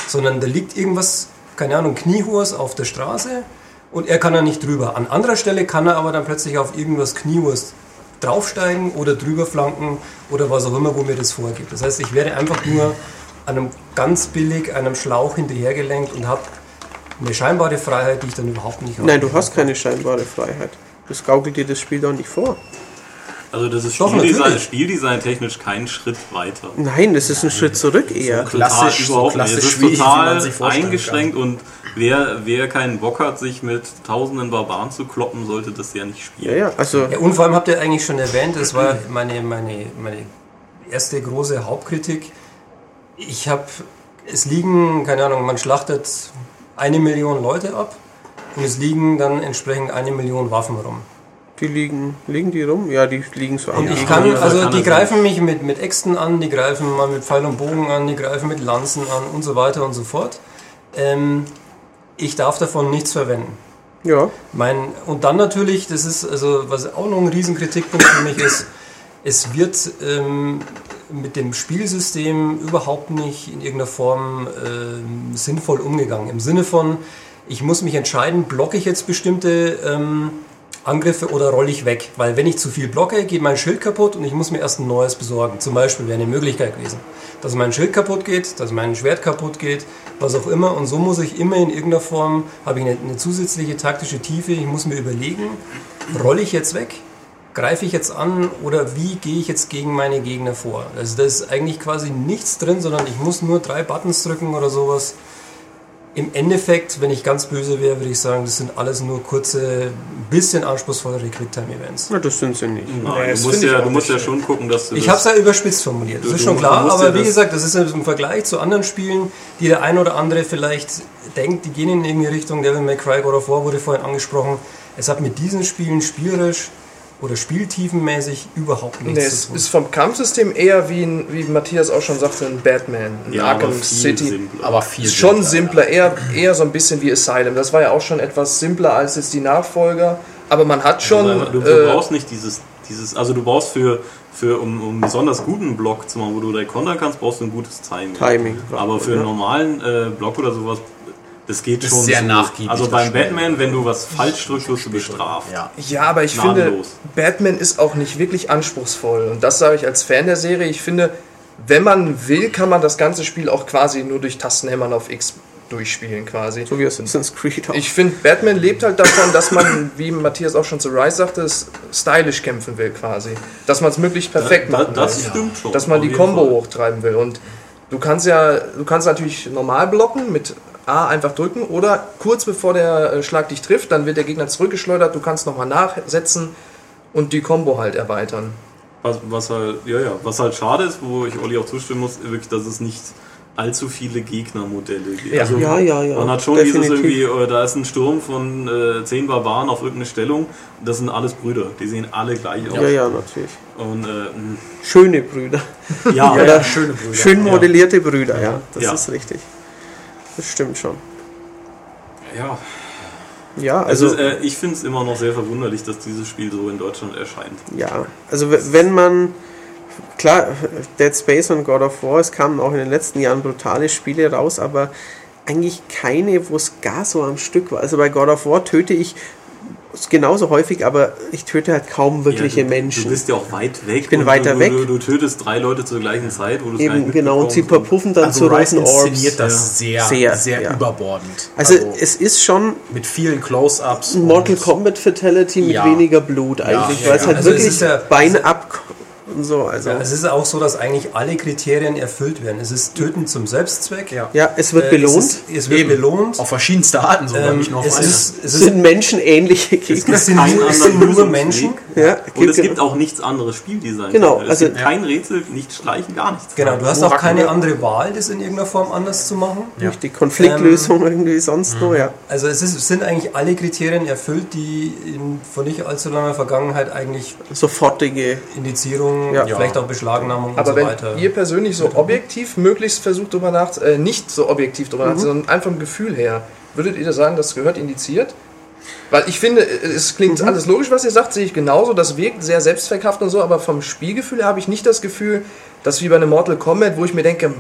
Speaker 5: Sondern da liegt irgendwas, keine Ahnung, kniehohes auf der Straße und er kann da nicht drüber. An anderer Stelle kann er aber dann plötzlich auf irgendwas kniehohes draufsteigen oder drüber flanken oder was auch immer, wo mir das vorgibt. Das heißt, ich werde einfach nur an einem ganz billig, einem Schlauch hinterhergelenkt und habe eine scheinbare Freiheit, die ich dann überhaupt nicht habe.
Speaker 2: Nein, du hast keine scheinbare Freiheit. Das gaukelt dir das Spiel doch nicht vor.
Speaker 4: Also das ist
Speaker 5: Doch,
Speaker 4: Spieldesign,
Speaker 5: natürlich.
Speaker 4: Spieldesign technisch kein Schritt weiter.
Speaker 2: Nein, das ist ein Schritt zurück eher.
Speaker 1: Klassisch, so
Speaker 4: überhaupt nicht.
Speaker 1: klassisch
Speaker 4: Es ist
Speaker 1: schwierig, wie man
Speaker 4: total
Speaker 1: sich vorstellen
Speaker 4: eingeschränkt und wer, wer keinen Bock hat, sich mit tausenden Barbaren zu kloppen, sollte das ja nicht
Speaker 2: Ja,
Speaker 4: spielen.
Speaker 2: ja, also
Speaker 5: Ja, und vor allem habt ihr eigentlich schon erwähnt, das war meine, meine, meine erste große Hauptkritik. Ich habe, es liegen, keine Ahnung, man schlachtet eine Million Leute ab und es liegen dann entsprechend eine Million Waffen rum.
Speaker 2: die liegen, liegen die rum? Ja, die liegen so am
Speaker 5: Und ich
Speaker 2: Gegner.
Speaker 5: kann,
Speaker 4: Gegner
Speaker 5: also
Speaker 4: kann
Speaker 5: die
Speaker 4: das
Speaker 5: greifen mich mit, mit Äxten an, die greifen mal mit Pfeil und Bogen an, die greifen mit Lanzen an und so weiter und so fort. Ähm, ich darf davon nichts verwenden.
Speaker 2: Ja,
Speaker 5: Mein, und dann natürlich, das ist also, was auch noch ein Riesenkritikpunkt für mich ist, es wird ähm, mit dem Spielsystem überhaupt nicht in irgendeiner Form ähm, sinnvoll umgegangen. Im Sinne von, ich muss mich entscheiden, blocke ich jetzt bestimmte ähm, Angriffe oder rolle ich weg? Weil wenn ich zu viel blocke, geht mein Schild kaputt und ich muss mir erst ein neues besorgen. Zum Beispiel wäre eine Möglichkeit gewesen, dass mein Schild kaputt geht, dass mein Schwert kaputt geht, was auch immer. Und so muss ich immer in irgendeiner Form, habe ich eine, eine zusätzliche taktische Tiefe, ich muss mir überlegen, rolle ich jetzt weg? Greife ich jetzt an oder wie gehe ich jetzt gegen meine Gegner vor? Also da ist eigentlich quasi nichts drin, sondern ich muss nur drei Buttons drücken oder sowas. Im Endeffekt, wenn ich ganz böse wäre, würde ich sagen, das sind alles nur kurze, ein bisschen anspruchsvollere Quicktime-Events.
Speaker 2: na, das sind sie nicht.
Speaker 4: Nein,
Speaker 6: das
Speaker 4: du musst,
Speaker 6: finde ich
Speaker 4: ja,
Speaker 6: auch
Speaker 4: du musst
Speaker 6: nicht
Speaker 4: ja schon gucken, dass du
Speaker 5: Ich habe
Speaker 4: das
Speaker 5: es ja überspitzt formuliert, das
Speaker 4: Du-
Speaker 5: ist schon
Speaker 4: du
Speaker 5: klar,
Speaker 4: musst
Speaker 5: aber
Speaker 4: dir
Speaker 5: wie
Speaker 4: das-
Speaker 5: gesagt, das ist ja im Vergleich zu anderen Spielen, die der ein oder andere vielleicht denkt, die gehen in irgendeine Richtung. Devil May Cry God of War wurde vorhin angesprochen. Es hat mit diesen Spielen spielerisch oder spieltiefenmäßig überhaupt nichts
Speaker 6: Nee, es
Speaker 5: zu tun.
Speaker 6: ist vom Kampfsystem eher wie, ein, wie Matthias auch schon sagte, ein Batman, ein
Speaker 4: ja, aber
Speaker 6: Arkham
Speaker 4: viel
Speaker 6: City.
Speaker 4: simpler.
Speaker 1: Aber viel
Speaker 6: Ist schon
Speaker 1: simpler,
Speaker 6: simpler, eher, eher so ein bisschen wie Asylum. Das war ja auch schon etwas simpler als jetzt die Nachfolger. Aber man hat schon. äh,
Speaker 4: Also, du,
Speaker 2: äh,
Speaker 4: du brauchst nicht dieses, dieses, also du brauchst für, für um, um einen besonders guten Block zu machen, wo du da kontern kannst, brauchst du ein gutes Timing.
Speaker 2: Timing.
Speaker 4: Aber für einen normalen äh, Block oder sowas, das geht
Speaker 1: Ist
Speaker 4: schon.
Speaker 1: sehr
Speaker 4: so.
Speaker 1: nachgiebig,
Speaker 4: Also
Speaker 1: das
Speaker 4: beim
Speaker 1: Spiel.
Speaker 4: Batman, wenn du was falsch drückst, wirst du bestraft.
Speaker 1: Ja.
Speaker 6: Ja, aber ich
Speaker 4: Gnadenlos.
Speaker 6: finde, Batman ist auch nicht wirklich anspruchsvoll. Und das sage ich als Fan der Serie. Ich finde, wenn man will, kann man das ganze Spiel auch quasi nur durch Tastenhämmern auf X durchspielen, quasi.
Speaker 2: So wie Assassin's Creed auch.
Speaker 6: Ich finde, Batman lebt halt davon, dass man, wie Matthias auch schon zu Rise sagte, s- stylisch kämpfen will, quasi. Dass man es möglichst perfekt
Speaker 4: Da,
Speaker 6: macht.
Speaker 4: das stimmt schon.
Speaker 6: dass man
Speaker 4: auf
Speaker 6: die
Speaker 4: jeden
Speaker 6: Combo
Speaker 4: Fall.
Speaker 6: hochtreiben will. Und du kannst ja, du kannst natürlich normal blocken mit A einfach drücken oder kurz bevor der äh, Schlag dich trifft, dann wird der Gegner zurückgeschleudert, du kannst nochmal nachsetzen und die Combo halt erweitern.
Speaker 4: Was, was, halt, ja, ja, was halt schade ist, wo ich Olli auch zustimmen muss, wirklich, dass es nicht allzu viele Gegnermodelle gibt. Also
Speaker 6: Ja.
Speaker 2: ja, ja, ja.
Speaker 4: Man hat schon dieses
Speaker 2: definitiv.
Speaker 4: irgendwie, äh, da ist ein Sturm von äh, zehn Barbaren auf irgendeine Stellung. Das sind alles Brüder. Die sehen alle gleich aus.
Speaker 2: Ja, ja, natürlich.
Speaker 4: Und äh, mh,
Speaker 2: Schöne Brüder.
Speaker 4: ja,
Speaker 2: Oder
Speaker 5: Schöne Brüder.
Speaker 2: schön modellierte Brüder, ja. Das
Speaker 4: Ja.
Speaker 2: ist richtig. Das stimmt schon.
Speaker 4: ja.
Speaker 2: Ja,
Speaker 4: Also,
Speaker 2: also.
Speaker 4: ist, äh, ich finde es immer noch sehr verwunderlich, dass dieses Spiel so in Deutschland erscheint.
Speaker 2: Ja, also w- wenn man. Klar, Dead Space und God of War, es kamen auch in den letzten Jahren brutale Spiele raus, aber eigentlich keine, wo es gar so am Stück war. Also bei God of War töte ich genauso häufig, aber ich töte halt kaum wirkliche
Speaker 4: du,
Speaker 2: Menschen.
Speaker 4: Du bist ja auch weit weg. Ich
Speaker 2: bin
Speaker 4: und
Speaker 2: weiter
Speaker 4: du,
Speaker 2: weg.
Speaker 4: Du, du tötest drei Leute zur gleichen Zeit, wo du es gar
Speaker 2: Eben,
Speaker 4: nicht
Speaker 2: genau, und sie
Speaker 4: mitbekommst.
Speaker 2: verpuffen dann
Speaker 1: Also
Speaker 2: zu
Speaker 1: Rice
Speaker 2: roten
Speaker 1: inszeniert
Speaker 2: Orbs.
Speaker 1: das sehr,
Speaker 2: Sehr,
Speaker 1: sehr,
Speaker 2: ja.
Speaker 1: überbordend.
Speaker 2: Also, es ist schon
Speaker 1: mit vielen Close-Ups.
Speaker 2: ein
Speaker 1: und-
Speaker 2: Mortal Kombat Fatality mit
Speaker 1: Ja.
Speaker 2: weniger Blut eigentlich,
Speaker 1: ja,
Speaker 2: weil es
Speaker 1: ja.
Speaker 2: halt
Speaker 5: Also es
Speaker 2: wirklich
Speaker 5: ist ja-
Speaker 2: Beine ab und so. Also.
Speaker 5: Ja,
Speaker 2: Ja,
Speaker 5: es ist auch so, dass eigentlich alle Kriterien erfüllt werden. Es ist Töten zum Selbstzweck. Ja.
Speaker 2: es wird belohnt.
Speaker 5: äh, Es, ist, es wird
Speaker 1: Eben.
Speaker 5: belohnt.
Speaker 1: Auf verschiedenste Arten sogar,
Speaker 5: Ähm,
Speaker 1: nicht nur auf
Speaker 5: es,
Speaker 1: eine.
Speaker 5: ist, es,
Speaker 2: es
Speaker 5: ist,
Speaker 2: sind menschenähnliche Gegner.
Speaker 5: es sind,
Speaker 4: keinen
Speaker 5: nur, es
Speaker 4: anderen
Speaker 5: sind nur
Speaker 4: Lösungsweg.
Speaker 5: Menschen.
Speaker 2: Ja,
Speaker 4: Und es
Speaker 2: genau.
Speaker 4: gibt auch nichts anderes Spieldesign.
Speaker 2: Genau,
Speaker 4: Es
Speaker 2: also-
Speaker 4: gibt kein Rätsel, nicht schleichen, gar nichts.
Speaker 5: Genau, du hast
Speaker 2: Nur
Speaker 5: auch keine
Speaker 2: Racken.
Speaker 5: andere Wahl, das in irgendeiner Form anders zu machen.
Speaker 2: Durch die Konfliktlösung
Speaker 4: Ähm,
Speaker 2: irgendwie sonst
Speaker 4: mhm.
Speaker 2: nur, ja.
Speaker 5: Also es ist, es sind eigentlich alle Kriterien erfüllt, die in, von nicht allzu langer Vergangenheit eigentlich
Speaker 2: Sofortige.
Speaker 5: Indizierung,
Speaker 2: Ja.
Speaker 5: vielleicht auch Beschlagnahmung
Speaker 6: Aber
Speaker 5: und so
Speaker 6: wenn
Speaker 5: weiter.
Speaker 6: ihr persönlich so objektiv möglichst versucht drüber
Speaker 5: Mhm.
Speaker 6: nach, äh, nicht so objektiv drüber nach, sondern einfach vom Gefühl her, würdet ihr da sagen, das gehört indiziert? Weil ich finde, äh, es klingt
Speaker 5: Mhm.
Speaker 6: alles logisch, was ihr sagt, sehe ich genauso. Das wirkt sehr selbstverkraftend und so, aber vom Spielgefühl her habe ich nicht das Gefühl, dass wie bei einem Mortal Kombat, wo ich mir denke,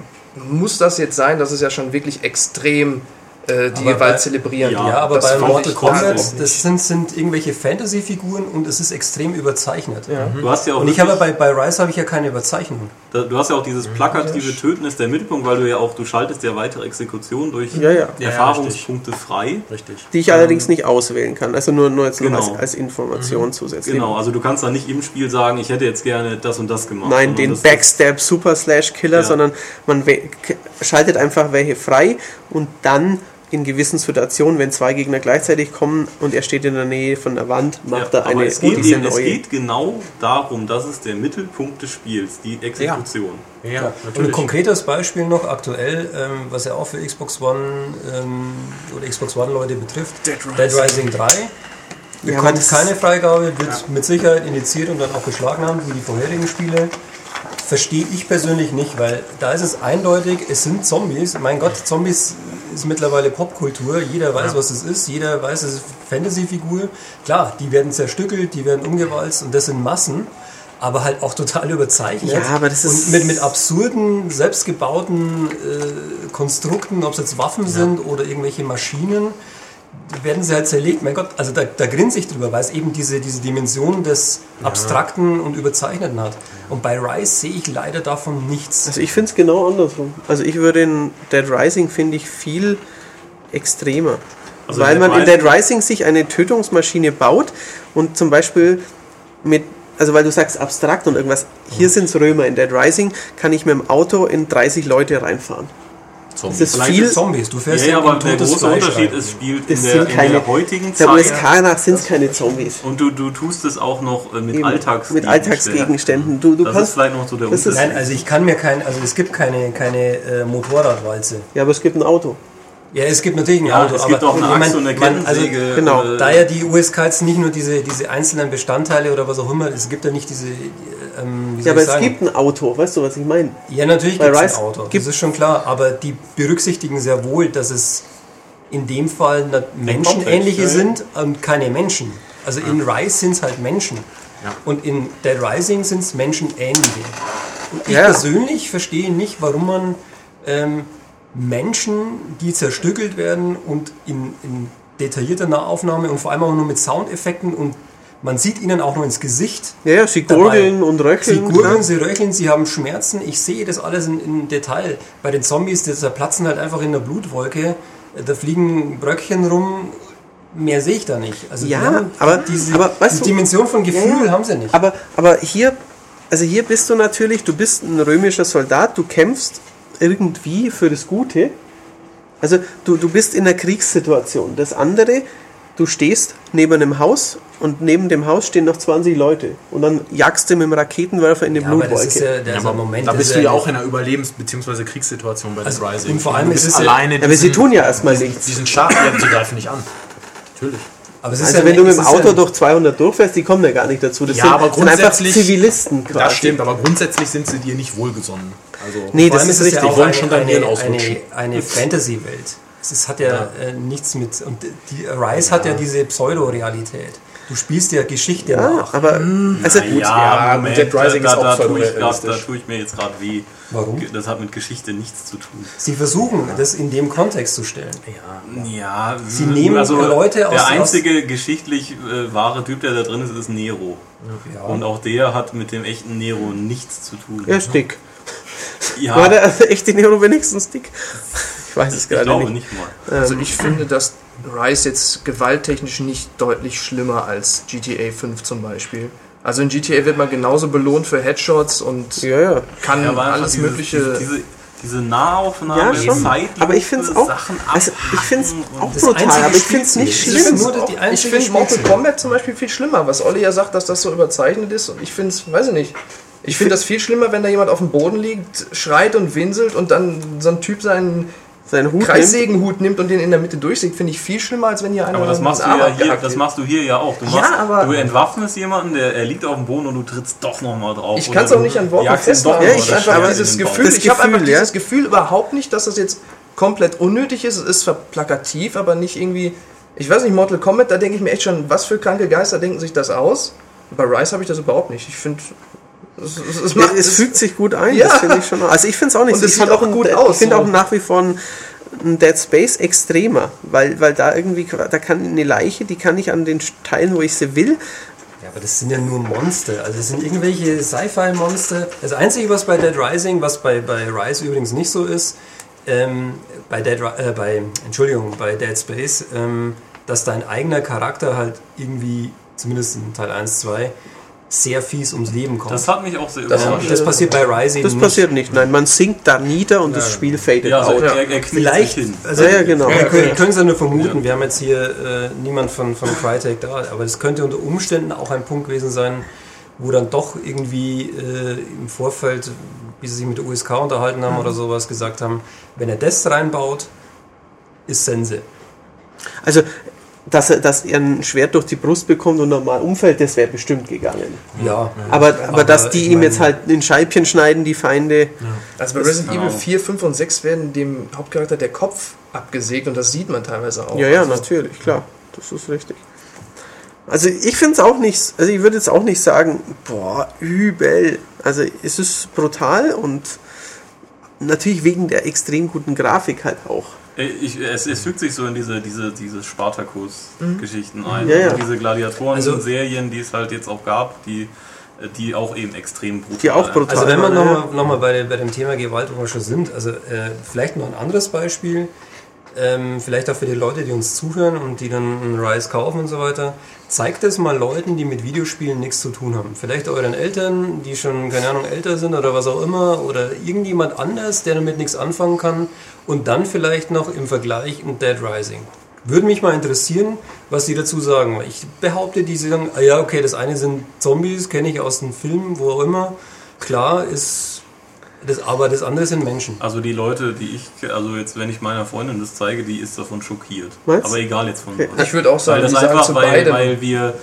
Speaker 6: muss das jetzt sein? Das ist ja schon wirklich extrem äh, die
Speaker 5: Aber bei-
Speaker 6: Gewalt zelebrieren.
Speaker 4: Ja,
Speaker 5: Ja, aber
Speaker 6: das
Speaker 5: bei
Speaker 6: fand
Speaker 5: Mortal
Speaker 6: ich
Speaker 5: Kombat,
Speaker 6: wahnsinnig.
Speaker 5: das sind, sind irgendwelche Fantasy-Figuren und es ist extrem überzeichnet.
Speaker 4: Du hast ja auch
Speaker 5: Und ich habe
Speaker 4: wirklich-
Speaker 5: bei, bei Rise habe ich ja keine Überzeichnung.
Speaker 4: Da- Du hast ja auch dieses plakative Töten ist der Mittelpunkt, weil du ja auch, du schaltest ja weitere Exekutionen durch
Speaker 2: Ja, ja.
Speaker 5: Ja,
Speaker 4: Erfahrungspunkte frei.
Speaker 5: Richtig.
Speaker 2: Die ich allerdings nicht auswählen kann. Also nur, nur jetzt noch
Speaker 4: Ähm, Genau.
Speaker 2: als, als Information zusätzlich.
Speaker 4: Genau, also du kannst da nicht im Spiel sagen, ich hätte jetzt gerne das und das gemacht.
Speaker 2: Nein,
Speaker 4: sondern
Speaker 2: den
Speaker 4: Also das-
Speaker 2: Backstab Super Slash Killer,
Speaker 4: Ja.
Speaker 2: sondern man we- k- schaltet einfach welche frei und dann in gewissen Situationen, wenn zwei Gegner gleichzeitig kommen und er steht in der Nähe von der Wand, macht er
Speaker 4: aber
Speaker 2: eine
Speaker 4: es geht,
Speaker 2: diese
Speaker 4: eben, es
Speaker 2: neue.
Speaker 4: geht genau darum, das ist der Mittelpunkt des Spiels, die Exekution.
Speaker 1: Ja,
Speaker 5: Und ein konkretes Beispiel noch aktuell, ähm, was ja auch für Xbox One ähm, oder Xbox One-Leute betrifft, Dead Rising,
Speaker 2: Ja,
Speaker 5: 3.
Speaker 2: aber
Speaker 5: Bekommt
Speaker 2: das-
Speaker 5: keine Freigabe, wird mit Sicherheit indiziert und dann auch beschlagnahmt, wie die vorherigen Spiele. Verstehe ich persönlich nicht, weil da ist es eindeutig, es sind Zombies. Mein Gott, Zombies ist mittlerweile Popkultur. Jeder weiß, was es ist. Jeder weiß, es ist Fantasy-Figur. Klar, die werden zerstückelt, die werden umgewalzt und das sind Massen, aber halt auch total überzeichnet.
Speaker 2: Ja, aber das ist-
Speaker 5: und mit, mit absurden, selbstgebauten äh, Konstrukten, ob es jetzt Waffen sind oder irgendwelche Maschinen, werden sie halt zerlegt. Mein Gott, also da, da grinse ich drüber, weil es eben diese, diese Dimension des Abstrakten und Überzeichneten hat. Und bei Rise sehe ich leider davon nichts.
Speaker 2: Also ich finde es genau andersrum. Also ich würde in Dead Rising finde ich viel extremer.
Speaker 4: Also
Speaker 2: weil
Speaker 4: Dead
Speaker 2: man in
Speaker 4: Rising-
Speaker 2: Dead Rising sich eine Tötungsmaschine baut und zum Beispiel mit, also weil du sagst abstrakt und irgendwas, hier
Speaker 5: Mhm.
Speaker 2: sind es Römer. In Dead Rising kann ich mit dem Auto in 30 Leute reinfahren. Das ist
Speaker 4: Vielleicht
Speaker 2: viel,
Speaker 4: ist
Speaker 5: Zombies, du
Speaker 4: Ja,
Speaker 5: fährst
Speaker 4: ja,
Speaker 5: in
Speaker 4: aber der
Speaker 5: totes
Speaker 4: große
Speaker 5: Fleisch
Speaker 4: Unterschied
Speaker 5: rein.
Speaker 4: ist, spielt
Speaker 2: halt. Das
Speaker 4: in der,
Speaker 2: sind
Speaker 4: in
Speaker 2: keine-
Speaker 4: der heutigen
Speaker 2: der
Speaker 4: Zeit
Speaker 2: USK nach sind es keine Zombies.
Speaker 4: und du, du tust es auch noch äh, mit
Speaker 2: Eben,
Speaker 4: Alltagsgegenständen.
Speaker 2: mit Alltagsgegenständen. Du, du
Speaker 4: Das ist
Speaker 2: kannst,
Speaker 4: vielleicht noch so der
Speaker 2: das ist-
Speaker 4: Unterschied.
Speaker 5: Nein, also ich kann mir kein, also es gibt keine, keine äh, Motorradwalze.
Speaker 2: ja, aber es gibt ein Auto.
Speaker 5: Ja, es gibt natürlich ein
Speaker 4: Ja,
Speaker 5: Auto,
Speaker 4: es gibt
Speaker 5: aber
Speaker 4: auch eine
Speaker 5: ich mein,
Speaker 4: Axt und eine
Speaker 5: man- also
Speaker 4: Kettensäge. äh,
Speaker 2: genau,
Speaker 4: oder-
Speaker 5: Da ja die USK jetzt nicht nur diese, diese einzelnen Bestandteile oder was auch immer, es gibt ja nicht diese. die, Ähm, wie soll
Speaker 2: Ja, aber
Speaker 5: ich
Speaker 2: es
Speaker 5: sagen?
Speaker 2: gibt ein Auto, weißt du, was ich meine?
Speaker 5: Ja, natürlich
Speaker 2: bei
Speaker 5: gibt es ein
Speaker 2: Rice
Speaker 5: Auto, das
Speaker 2: gibt-
Speaker 5: ist schon klar, aber die berücksichtigen sehr wohl, dass es in dem Fall na- menschenähnliche
Speaker 4: Kontext, ja.
Speaker 5: sind und keine Menschen. Also in Rise sind es halt Menschen. Und in Dead Rising sind es menschenähnliche. Und ich
Speaker 2: Ja.
Speaker 5: persönlich verstehe nicht, warum man ähm, Menschen, die zerstückelt werden und in, in detaillierter Nahaufnahme und vor allem auch nur mit Soundeffekten und man sieht ihnen auch nur ins Gesicht,
Speaker 2: Ja, ja, sie
Speaker 5: Dabei.
Speaker 2: gurgeln und röcheln.
Speaker 5: Sie gurgeln,
Speaker 2: klar.
Speaker 5: sie röcheln, sie haben Schmerzen. Ich sehe das alles in, in Detail. Bei den Zombies, die zerplatzen halt einfach in der Blutwolke. Da fliegen Bröckchen rum. Mehr sehe ich da nicht. Also die
Speaker 2: Ja,
Speaker 5: haben
Speaker 2: aber-
Speaker 5: diese
Speaker 2: aber weißt
Speaker 5: die
Speaker 2: du-
Speaker 5: Dimension von Gefühl
Speaker 2: Ja, ja.
Speaker 5: haben sie nicht.
Speaker 2: Aber, aber hier, also hier bist du natürlich, du bist ein römischer Soldat, du kämpfst irgendwie für das Gute. Also du, du bist in einer Kriegssituation. Das andere, du stehst neben einem Haus und neben dem Haus stehen noch 20 Leute. Und dann jagst du mit dem Raketenwerfer in die
Speaker 5: Ja, aber das ist
Speaker 2: Blutwolke.
Speaker 5: ja der
Speaker 1: Ja,
Speaker 5: ist ja
Speaker 1: aber
Speaker 5: Moment.
Speaker 1: Also da
Speaker 5: das
Speaker 1: bist
Speaker 5: ist
Speaker 1: du ja auch in einer Überlebens- bzw. Kriegssituation bei
Speaker 5: Also,
Speaker 1: also, Rising.
Speaker 5: und vor allem
Speaker 1: du
Speaker 5: ist
Speaker 1: bist
Speaker 5: es ja-
Speaker 1: alleine
Speaker 2: Ja, aber sie tun ja erstmal nichts.
Speaker 1: diesen Staat die greifen nicht an. Natürlich.
Speaker 5: Aber es ist
Speaker 2: Also
Speaker 5: ja
Speaker 2: wenn du
Speaker 5: nicht-
Speaker 2: mit
Speaker 5: es
Speaker 2: dem
Speaker 5: ist ja
Speaker 2: Auto durch 200 durchfährst, die kommen ja gar nicht dazu. Das
Speaker 1: Ja,
Speaker 2: sind,
Speaker 1: aber
Speaker 2: sind einfach
Speaker 1: grundsätzlich-
Speaker 2: Zivilisten quasi.
Speaker 1: Das stimmt, aber grundsätzlich sind sie dir nicht wohlgesonnen. Also
Speaker 2: Nee,
Speaker 5: Vor
Speaker 2: das
Speaker 5: allem
Speaker 2: ist
Speaker 5: es
Speaker 2: richtig.
Speaker 5: auch
Speaker 1: wollen
Speaker 5: eine-
Speaker 1: schon dein Hirn ausrutschen.
Speaker 5: Eine, eine, eine Fantasy-Welt. Es ist, hat ja, Äh, nichts mit. Und die Rise hat ja diese Pseudo-Realität. Du spielst ja Geschichte
Speaker 2: ja,
Speaker 5: nach.
Speaker 2: aber also,
Speaker 1: ja,
Speaker 4: Moment,
Speaker 1: Dead Rising
Speaker 4: da,
Speaker 1: ist auch
Speaker 4: da, tue ich grad, da
Speaker 1: pseudorealistisch.
Speaker 4: tue ich mir jetzt gerade weh.
Speaker 5: Warum?
Speaker 4: Das hat mit Geschichte nichts zu tun.
Speaker 5: Sie versuchen, das in dem Kontext zu stellen.
Speaker 4: Ja, sie
Speaker 5: nehmen Leute aus-
Speaker 4: Der
Speaker 5: aus-
Speaker 4: einzige geschichtlich äh, wahre Typ, der da drin ist, ist Nero. Und auch der hat mit dem echten Nero nichts zu tun.
Speaker 2: er ist dick.
Speaker 4: Ja,
Speaker 2: War der echt in Nero wenigstens dick? Ich weiß es
Speaker 4: Ah. ich
Speaker 2: gerade
Speaker 4: glaube
Speaker 2: nicht.
Speaker 4: nicht mal.
Speaker 6: Also ich finde, dass Rise jetzt gewalttechnisch nicht deutlich schlimmer als GTA 5 zum Beispiel. Also in GTA wird man genauso belohnt für Headshots und
Speaker 2: Ja, ja.
Speaker 6: kann
Speaker 4: Ja, aber
Speaker 6: Ähm, alles
Speaker 4: einfach
Speaker 6: Mögliche.
Speaker 4: Diese, diese, diese Nahaufnahme,
Speaker 2: Ja, schon.
Speaker 4: Zeitlupe,
Speaker 2: Aber ich finde es auch.
Speaker 4: Sachen
Speaker 2: Also ich finde es
Speaker 4: abhacken
Speaker 2: auch
Speaker 4: und-
Speaker 5: Das
Speaker 2: brutal,
Speaker 5: einzige
Speaker 2: aber ich finde es nicht
Speaker 5: Spielziel.
Speaker 2: schlimm.
Speaker 5: Das ist nur das- die
Speaker 6: ich
Speaker 5: einzige
Speaker 6: finde Mortal
Speaker 5: Spielszene.
Speaker 6: Kombat zum Beispiel viel schlimmer, was Olli ja sagt, dass das so überzeichnet ist. Und ich finde es, weiß ich nicht. Ich finde das viel schlimmer, wenn da jemand auf dem Boden liegt, schreit und winselt und dann so ein Typ seinen
Speaker 2: Sein Hut nimmt,
Speaker 6: Kreissägenhut nimmt und den in der Mitte durchsägt. Finde ich viel schlimmer, als wenn hier einer
Speaker 4: Aber das
Speaker 6: einen
Speaker 4: machst, du
Speaker 6: Arm
Speaker 4: ja hier,
Speaker 6: abgehackt
Speaker 4: das
Speaker 6: wird.
Speaker 4: machst du hier ja auch. Du, machst,
Speaker 6: aber-
Speaker 4: du entwaffnest jemanden, der er liegt auf dem Boden und du trittst doch nochmal drauf.
Speaker 6: Ich kann es auch nicht an Worten festmachen.
Speaker 2: Ja,
Speaker 4: Ja,
Speaker 2: ich
Speaker 6: ich einfach
Speaker 2: aber
Speaker 6: dieses
Speaker 2: den Baum.
Speaker 6: Gefühl,
Speaker 2: Das
Speaker 6: ich habe
Speaker 2: Gefühl,
Speaker 6: einfach
Speaker 2: ja.
Speaker 6: dieses Gefühl überhaupt nicht, dass das jetzt komplett unnötig ist. Es ist zwar plakativ, aber nicht irgendwie Ich weiß nicht, Mortal Kombat, da denke ich mir echt schon, was für kranke Geister denken sich das aus? Bei Rise habe ich das überhaupt nicht. Ich finde, es, es, es
Speaker 2: Ja,
Speaker 6: macht
Speaker 2: es fügt sich gut ein,
Speaker 6: Ja.
Speaker 2: das finde ich schon. Also ich finde es auch nicht.
Speaker 6: Und es
Speaker 2: ich
Speaker 6: sieht
Speaker 2: fand
Speaker 6: auch
Speaker 2: ein-
Speaker 6: gut aus,
Speaker 2: Ich finde
Speaker 6: so.
Speaker 2: auch nach wie vor ein, ein Dead Space extremer, weil, weil da irgendwie, da kann eine Leiche, die kann ich an den Teilen, wo ich sie will.
Speaker 5: Ja, aber das sind ja nur Monster. Also es sind irgendwelche Sci-Fi-Monster. Das Einzige, was bei Dead Rising, was bei, bei Rise übrigens nicht so ist, ähm, bei Dead Ri- äh, bei Entschuldigung, bei Dead Space, ähm, dass dein eigener Charakter halt irgendwie, zumindest in Teil 1, 2, sehr fies ums Leben kommt.
Speaker 4: Das hat mich auch sehr
Speaker 6: Das
Speaker 5: Ähm,
Speaker 6: hat-
Speaker 4: überrascht.
Speaker 5: das passiert bei Rising
Speaker 2: Das
Speaker 5: nicht.
Speaker 2: passiert nicht. Nein, man sinkt da nieder und das Spiel fadet
Speaker 4: Ja, also
Speaker 2: out.
Speaker 4: er, er kniet
Speaker 5: Vielleicht,
Speaker 4: sich hin.
Speaker 5: also
Speaker 2: Ja, ja, genau.
Speaker 5: Wir
Speaker 2: Ja,
Speaker 5: können können es ja nur vermuten. Wir haben jetzt hier äh, niemand von, von Crytek da, aber das könnte unter Umständen auch ein Punkt gewesen sein, wo dann doch irgendwie äh, im Vorfeld, wie sie sich mit der USK unterhalten haben
Speaker 2: Mhm.
Speaker 5: oder sowas, gesagt haben, wenn er das reinbaut, ist Sense.
Speaker 2: Mhm. Also, dass er, dass er ein Schwert durch die Brust bekommt und normal umfällt, das wäre bestimmt gegangen.
Speaker 5: Ja.
Speaker 2: Aber, aber,
Speaker 5: Aber
Speaker 2: dass die
Speaker 5: ich
Speaker 2: ihm
Speaker 5: meine-
Speaker 2: jetzt halt in Scheibchen schneiden, die Feinde.
Speaker 6: Also bei Resident
Speaker 4: Genau.
Speaker 6: Evil 4, 5 und 6 werden dem Hauptcharakter der Kopf abgesägt und das sieht man teilweise auch.
Speaker 2: Ja, ja,
Speaker 6: Also,
Speaker 2: natürlich, klar. Das ist richtig. Also ich finde es auch nicht, also ich würde jetzt auch nicht sagen, boah, übel. Also es ist brutal und natürlich wegen der extrem guten Grafik halt auch.
Speaker 4: Äh, Ich, es, es fügt sich so in diese, diese, diese Spartakus-Geschichten ein.
Speaker 2: Mhm. Ja, ja.
Speaker 4: Diese
Speaker 6: Also-
Speaker 4: Gladiatoren-Serien, die es halt jetzt auch gab, die, äh, die auch eben extrem brutal
Speaker 2: Die auch
Speaker 4: sind.
Speaker 2: brutal
Speaker 5: Also wenn wir
Speaker 2: waren, ja.
Speaker 5: nochmal noch mal bei, bei dem Thema Gewalt, wo wir schon sind, also äh, vielleicht noch ein anderes Beispiel, ähm, vielleicht auch für die Leute, die uns zuhören und die dann einen Rise kaufen und so weiter, zeigt es mal Leuten, die mit Videospielen nichts zu tun haben. Vielleicht euren Eltern, die schon, keine Ahnung, älter sind oder was auch immer, oder irgendjemand anders, der damit nichts anfangen kann und dann vielleicht noch im Vergleich ein Dead Rising. Würde mich mal interessieren, was die dazu sagen. weil Ich behaupte, die sagen, ah ja, okay, das eine sind Zombies, kenne ich aus den Filmen, wo auch immer. Klar ist das, aber das andere sind Menschen.
Speaker 4: Also die Leute, die ich, ke- also jetzt, wenn ich meiner Freundin das zeige, die ist davon schockiert.
Speaker 2: Was?
Speaker 4: Aber egal jetzt von was.
Speaker 6: Ich würde auch
Speaker 4: Weil
Speaker 6: sagen,
Speaker 4: das
Speaker 6: die sagen zu
Speaker 4: einfach, weil,
Speaker 6: beidem.
Speaker 4: weil wir,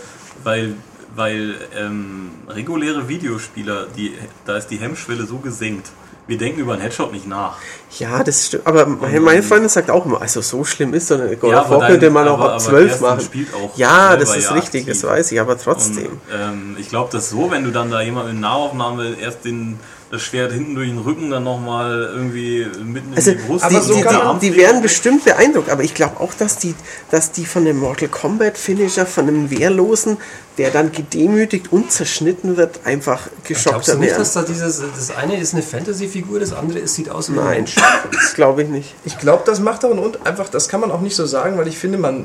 Speaker 4: weil, weil ähm, reguläre Videospieler, die, da ist die Hemmschwelle so gesenkt. Wir denken über einen Headshot nicht nach.
Speaker 2: Ja, das stimmt. Aber meine, meine Freundin sagt auch immer, also so schlimm ist doch nicht. God
Speaker 4: Ja,
Speaker 2: of
Speaker 4: aber
Speaker 2: War
Speaker 4: dein-
Speaker 2: könnte man auch
Speaker 4: aber-
Speaker 2: ab
Speaker 4: aber
Speaker 2: 12
Speaker 4: Kerstin
Speaker 2: machen.
Speaker 4: spielt auch
Speaker 2: ja,
Speaker 4: selber
Speaker 2: das ist
Speaker 4: ja
Speaker 2: richtig, das
Speaker 4: aktiv.
Speaker 2: weiß ich, aber trotzdem.
Speaker 4: Und, ähm, ich glaube, dass so, wenn du dann da jemandem in Nahaufnahme erst den, das Schwert hinten durch den Rücken, dann nochmal irgendwie mitten
Speaker 2: Also
Speaker 4: in die Brust. Also,
Speaker 2: die,
Speaker 4: und
Speaker 2: die,
Speaker 4: den Arm
Speaker 2: die, die
Speaker 4: fliegen.
Speaker 2: werden bestimmt beeindruckt, aber ich glaube auch, dass die, dass die von dem Mortal Kombat Finisher, von einem Wehrlosen, der dann gedemütigt und zerschnitten wird, einfach
Speaker 5: Glaubst du
Speaker 2: geschockter
Speaker 5: nicht,
Speaker 2: werden.
Speaker 5: dass da dieses, das eine ist eine Fantasy-Figur, das andere ist, sieht aus wie ein
Speaker 2: Nein,
Speaker 5: Mensch?
Speaker 2: das glaube ich nicht.
Speaker 6: Ich glaube, das macht auch einen und einfach, das kann man auch nicht so sagen, weil ich finde, man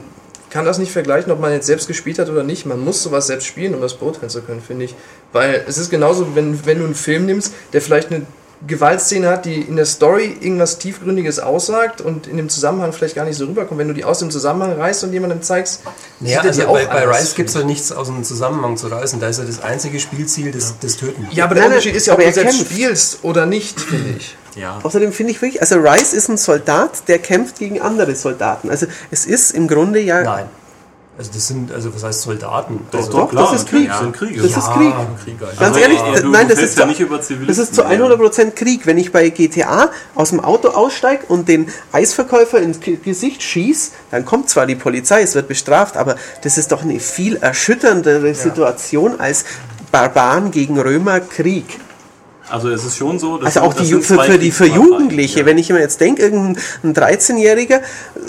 Speaker 6: kann das nicht vergleichen, ob man jetzt selbst gespielt hat oder nicht. Man muss sowas selbst spielen, um das beurteilen zu können, finde ich. Weil es ist genauso, wenn, wenn du einen Film nimmst, der vielleicht eine Gewaltszene hat, die in der Story irgendwas Tiefgründiges aussagt und in dem Zusammenhang vielleicht gar nicht so rüberkommt. Wenn du die aus dem Zusammenhang reißt und jemandem zeigst, sieht
Speaker 5: Ja,
Speaker 6: er die
Speaker 5: also bei,
Speaker 6: auch
Speaker 5: bei
Speaker 6: anders,
Speaker 5: Rise gibt es
Speaker 6: finde
Speaker 5: ja nichts aus dem Zusammenhang zu reißen. Da ist ja das einzige Spielziel das, das Töten.
Speaker 6: ich. ja, aber der
Speaker 2: Nein, nein,
Speaker 6: Unterschied ist ja, ob
Speaker 2: aber
Speaker 6: du
Speaker 2: er
Speaker 6: selbst
Speaker 2: kämpft.
Speaker 6: spielst oder nicht, finde ich.
Speaker 4: Ja.
Speaker 2: Außerdem finde ich wirklich, also Rice ist ein Soldat, der kämpft gegen andere Soldaten. Also es ist im Grunde ja.
Speaker 5: Nein. Also das sind, also was heißt Soldaten? also,
Speaker 2: doch, das ist Krieg.
Speaker 4: Das sind Kriege.
Speaker 2: Das ist Krieg.
Speaker 5: Krieger.
Speaker 2: Ganz
Speaker 4: Also,
Speaker 2: ehrlich,
Speaker 4: ja,
Speaker 2: d-
Speaker 4: du
Speaker 2: nein, das
Speaker 4: fällst
Speaker 2: ist,
Speaker 4: ja
Speaker 2: zu-
Speaker 4: nicht über Zivilisten,
Speaker 2: das ist zu
Speaker 4: ja.
Speaker 2: 100% Krieg. Wenn ich bei GTA aus dem Auto aussteige und den Eisverkäufer ins G- Gesicht schieß, dann kommt zwar die Polizei, es wird bestraft, aber das ist doch eine viel erschütterndere Situation als Barbaren gegen Römer Krieg.
Speaker 4: Also es ist schon so, dass
Speaker 2: Also auch
Speaker 4: das
Speaker 2: die, Ju-
Speaker 4: sind
Speaker 2: für,
Speaker 4: zwei
Speaker 2: für, die, für
Speaker 4: Kriegsparteien.
Speaker 2: Jugendliche,
Speaker 4: Ja.
Speaker 2: wenn ich immer jetzt denke, irgendein 13-Jähriger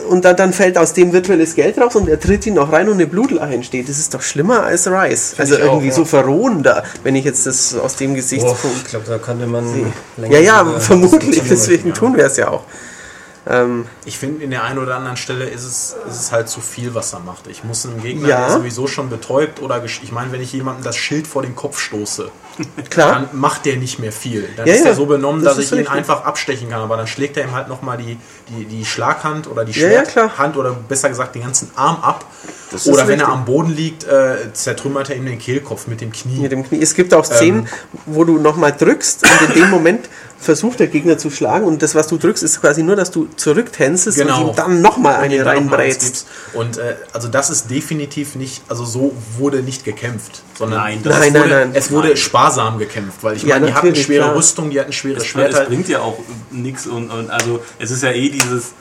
Speaker 2: und dann, dann fällt aus dem virtuelles Geld raus und er tritt ihn noch rein und eine Blutlache entsteht. Das ist doch schlimmer als Rice. Also
Speaker 6: ich auch,
Speaker 2: irgendwie
Speaker 6: ja.
Speaker 2: so verrohender, wenn ich jetzt das aus dem Gesichtspunkt.
Speaker 5: oh, ich glaube, da könnte man länger
Speaker 2: Ja, ja,
Speaker 5: drüber
Speaker 2: vermutlich,
Speaker 5: diskutieren.
Speaker 2: deswegen tun wir es ja auch. Ähm,
Speaker 1: Ich finde, in der einen oder anderen Stelle ist es, ist es halt zu viel, was er macht. Ich muss einen Gegner,
Speaker 2: Ja.
Speaker 1: der sowieso schon betäubt oder gesch- ich meine, wenn ich jemandem das Schild vor den Kopf stoße,
Speaker 2: klar,
Speaker 1: dann macht der nicht mehr viel. Dann
Speaker 2: Ja,
Speaker 1: ist
Speaker 2: ja,
Speaker 1: er so benommen,
Speaker 2: das
Speaker 1: dass ich
Speaker 2: ist
Speaker 1: ihn
Speaker 2: richtig.
Speaker 1: einfach abstechen kann. Aber dann schlägt er ihm halt nochmal die, die, die Schlaghand oder die
Speaker 2: Ja, ja,
Speaker 1: Schwerthand
Speaker 2: klar.
Speaker 1: oder besser gesagt den ganzen Arm ab.
Speaker 2: Das ist
Speaker 1: Oder wenn er
Speaker 2: richtig.
Speaker 1: am Boden liegt, äh, zertrümmert er ihm den Kehlkopf mit dem Knie.
Speaker 2: mit dem Knie. Es gibt auch Szenen, wo du nochmal drückst und in dem Moment versucht der Gegner zu schlagen und das, was du drückst, ist quasi nur, dass du zurücktänzelst und
Speaker 1: Genau.
Speaker 2: ihm dann nochmal eine
Speaker 1: Wenn du da noch mal eins
Speaker 2: reinbrätst.
Speaker 1: gibst. Und äh, also das ist definitiv nicht, also so wurde nicht gekämpft, sondern
Speaker 4: Nein,
Speaker 1: das
Speaker 2: Nein,
Speaker 1: wurde,
Speaker 2: nein, nein.
Speaker 1: es wurde
Speaker 4: Nein.
Speaker 1: sparsam gekämpft, weil ich
Speaker 2: Ja,
Speaker 1: meine, die hatten
Speaker 2: natürlich,
Speaker 1: schwere
Speaker 2: klar.
Speaker 1: Rüstung, die hatten schwere
Speaker 4: Es, es
Speaker 1: Schwerter.
Speaker 4: bringt ja auch nichts und, und also es ist ja eh dieses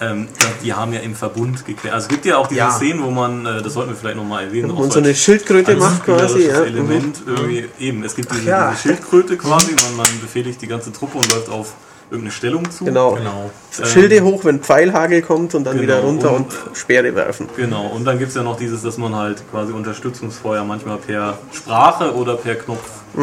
Speaker 4: Ähm, die haben ja im Verbund geklärt. Also es gibt ja auch diese
Speaker 1: Ja.
Speaker 4: Szenen, wo man, äh, das sollten wir vielleicht nochmal erwähnen, auch
Speaker 2: Und
Speaker 4: so
Speaker 2: so eine Schildkröte
Speaker 4: ein
Speaker 2: macht quasi,
Speaker 4: anspielerisches
Speaker 2: ja. Mhm.
Speaker 4: Element irgendwie, eben, es gibt diese,
Speaker 1: ja.
Speaker 4: diese Schildkröte quasi, man, man befehligt die ganze Truppe und läuft auf irgendeine Stellung zu.
Speaker 2: Genau.
Speaker 1: Genau.
Speaker 4: Ähm,
Speaker 2: Schilde hoch, wenn Pfeilhagel kommt und dann
Speaker 4: genau,
Speaker 2: wieder runter
Speaker 4: und,
Speaker 2: und, Speere werfen.
Speaker 4: Genau, und dann gibt es ja noch dieses, dass man halt quasi Unterstützungsfeuer manchmal per Sprache oder per Knopf äh,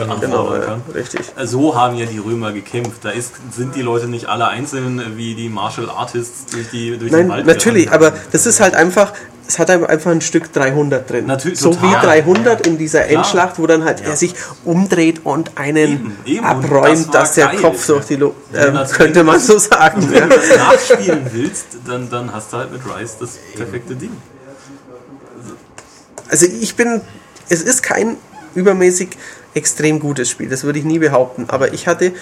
Speaker 4: anfordern
Speaker 2: Mhm. Genau, ja,
Speaker 4: kann. Äh,
Speaker 2: richtig.
Speaker 4: So haben ja die Römer gekämpft. Da ist, sind die Leute nicht alle einzeln äh, wie die Martial Artists durch, die, durch
Speaker 2: Nein,
Speaker 4: den Wald
Speaker 2: natürlich,
Speaker 4: gerannt.
Speaker 2: aber das ist halt einfach, es hat einfach ein Stück 300 drin.
Speaker 4: Natürlich,
Speaker 2: so
Speaker 4: total.
Speaker 2: wie 300 in dieser
Speaker 4: Klar.
Speaker 2: Endschlacht, wo dann halt er sich umdreht und einen
Speaker 4: Eben, eben, und
Speaker 2: abräumt,
Speaker 4: das war
Speaker 2: dass der
Speaker 4: geil.
Speaker 2: Kopf durch die Luft, ähm,
Speaker 4: das-
Speaker 2: könnte man so sagen.
Speaker 4: Wenn du das nachspielen willst, dann, dann hast du halt mit Rice das perfekte Ding.
Speaker 2: Also ich bin, es ist kein übermäßig extrem gutes Spiel, das würde ich nie behaupten, aber ich hatte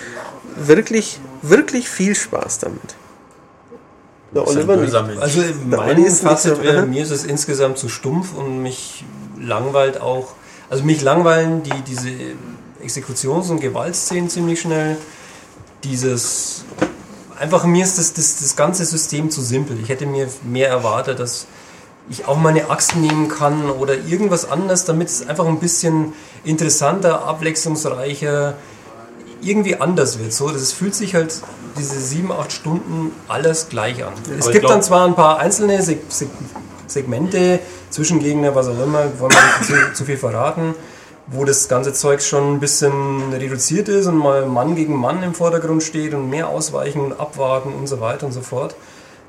Speaker 2: wirklich, wirklich viel Spaß damit. Der
Speaker 1: Das ist ein
Speaker 2: Oliver
Speaker 1: böser
Speaker 2: nicht.
Speaker 1: Mensch.
Speaker 5: Also in
Speaker 2: Der Olli
Speaker 5: meinem
Speaker 2: ist nicht
Speaker 5: Fazit
Speaker 2: so-
Speaker 5: wäre,
Speaker 2: Mhm.
Speaker 5: mir ist es insgesamt zu stumpf und mich langweilt auch, also mich langweilen die, diese Exekutions- und Gewaltszenen ziemlich schnell. Dieses, einfach mir ist das, das, das ganze System zu simpel. Ich hätte mir mehr erwartet, dass ich auch meine Axt nehmen kann oder irgendwas anderes, damit es einfach ein bisschen interessanter, abwechslungsreicher, irgendwie anders wird. So, das fühlt sich halt diese sieben, acht Stunden alles gleich an. es
Speaker 4: ich
Speaker 5: gibt
Speaker 4: glaub-
Speaker 5: dann zwar ein paar einzelne Seg Seg Segmente, Zwischengegner, was auch immer, wollen wir nicht zu, zu viel verraten, wo das ganze Zeug schon ein bisschen reduziert ist und mal Mann gegen Mann im Vordergrund steht und mehr ausweichen und abwarten und so weiter und so fort.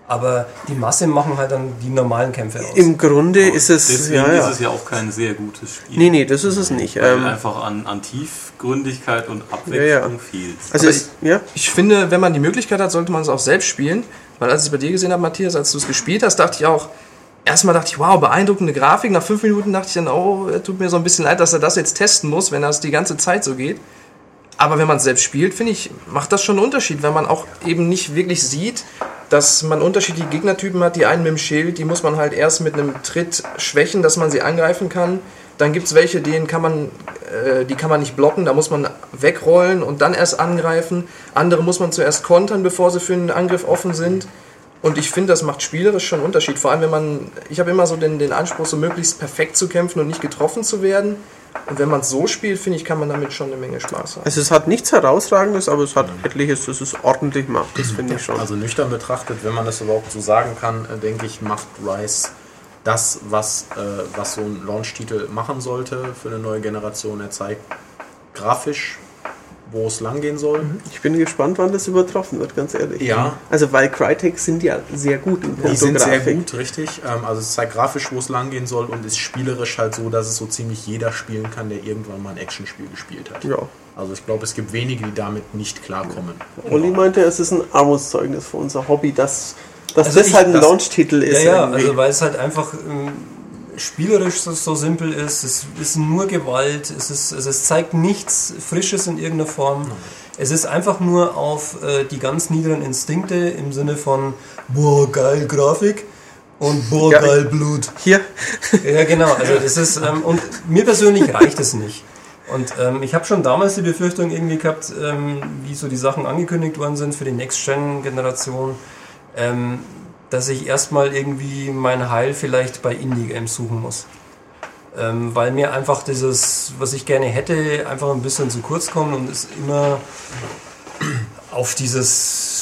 Speaker 5: Aber die Masse machen halt dann die normalen Kämpfe aus.
Speaker 2: Im Grunde ist es,
Speaker 4: Deswegen
Speaker 2: ja, ja.
Speaker 4: ist es ja auch kein sehr gutes Spiel.
Speaker 2: Nee, nee, das ist es nicht.
Speaker 4: Weil äh,
Speaker 2: Ähm,
Speaker 4: einfach an, an Tiefgründigkeit und Abwechslung
Speaker 2: Ja, ja.
Speaker 4: fehlt.
Speaker 2: also,
Speaker 3: Aber ich-
Speaker 2: ja.
Speaker 3: Ich finde, wenn man die Möglichkeit hat, sollte man es auch selbst spielen. Weil als ich es bei dir gesehen habe, Matthias, als du es gespielt hast, dachte ich auch, erstmal dachte ich, wow, beeindruckende Grafik. Nach fünf Minuten dachte ich dann, oh, tut mir so ein bisschen leid, dass er das jetzt testen muss, wenn das die ganze Zeit so geht. Aber wenn man es selbst spielt, finde ich, macht das schon einen Unterschied, wenn man auch eben nicht wirklich sieht, dass man unterschiedliche Gegnertypen hat. Die einen mit dem Schild, die muss man halt erst mit einem Tritt schwächen, dass man sie angreifen kann. Dann gibt es welche, denen kann man, äh, die kann man nicht blocken, da muss man wegrollen und dann erst angreifen. Andere muss man zuerst kontern, bevor sie für einen Angriff offen sind. Und ich finde, das macht spielerisch schon einen Unterschied. Vor allem, wenn man, ich habe immer so den, den Anspruch, so möglichst perfekt zu kämpfen und nicht getroffen zu werden. Und wenn man es so spielt, finde ich, kann man damit schon eine Menge Spaß haben.
Speaker 2: Also es hat nichts Herausragendes, aber es hat etliches, das es ordentlich macht. Das finde ich schon.
Speaker 1: Also nüchtern betrachtet, wenn man das überhaupt so sagen kann, äh, denke ich, macht Rise das, was, äh, was so ein Launch-Titel machen sollte für eine neue Generation. Er zeigt grafisch, wo es lang gehen soll.
Speaker 2: Ich bin gespannt, wann das übertroffen wird, ganz ehrlich.
Speaker 1: Ja.
Speaker 2: Also weil Crytek sind ja sehr gut in
Speaker 1: Die
Speaker 2: puncto
Speaker 1: sind sehr
Speaker 2: Grafik.
Speaker 1: gut, richtig. Ähm, also es zeigt grafisch, wo es lang gehen soll und ist spielerisch halt so, dass es so ziemlich jeder spielen kann, der irgendwann mal ein Actionspiel gespielt hat.
Speaker 2: Ja.
Speaker 1: Also ich glaube, es gibt wenige, die damit nicht klarkommen.
Speaker 2: Olli meinte, es ist ein Armutszeugnis für unser Hobby, dass, dass
Speaker 5: Also
Speaker 2: das
Speaker 5: ich-
Speaker 2: halt ein
Speaker 5: das-
Speaker 2: Launch-Titel
Speaker 5: Ja,
Speaker 2: ist.
Speaker 5: ja,
Speaker 2: irgendwie.
Speaker 5: also weil es halt einfach ähm, spielerisch so, so simpel ist. Es ist nur Gewalt, es, ist, also es zeigt nichts Frisches in irgendeiner Form.
Speaker 2: Mhm.
Speaker 5: Es ist einfach nur auf äh, die ganz niederen Instinkte im Sinne von boah, geil Grafik und boah,
Speaker 2: Ja.
Speaker 5: geil Blut.
Speaker 2: Hier,
Speaker 5: Ja, genau. Also das ist, ähm, und mir persönlich reicht es nicht. Und ähm, ich habe schon damals die Befürchtung irgendwie gehabt, ähm, wie so die Sachen angekündigt worden sind für die Next-Gen-Generation, ähm, dass ich erstmal irgendwie mein Heil vielleicht bei Indie-Games suchen muss. Ähm, weil mir einfach dieses, was ich gerne hätte, einfach ein bisschen zu kurz kommt und es immer auf dieses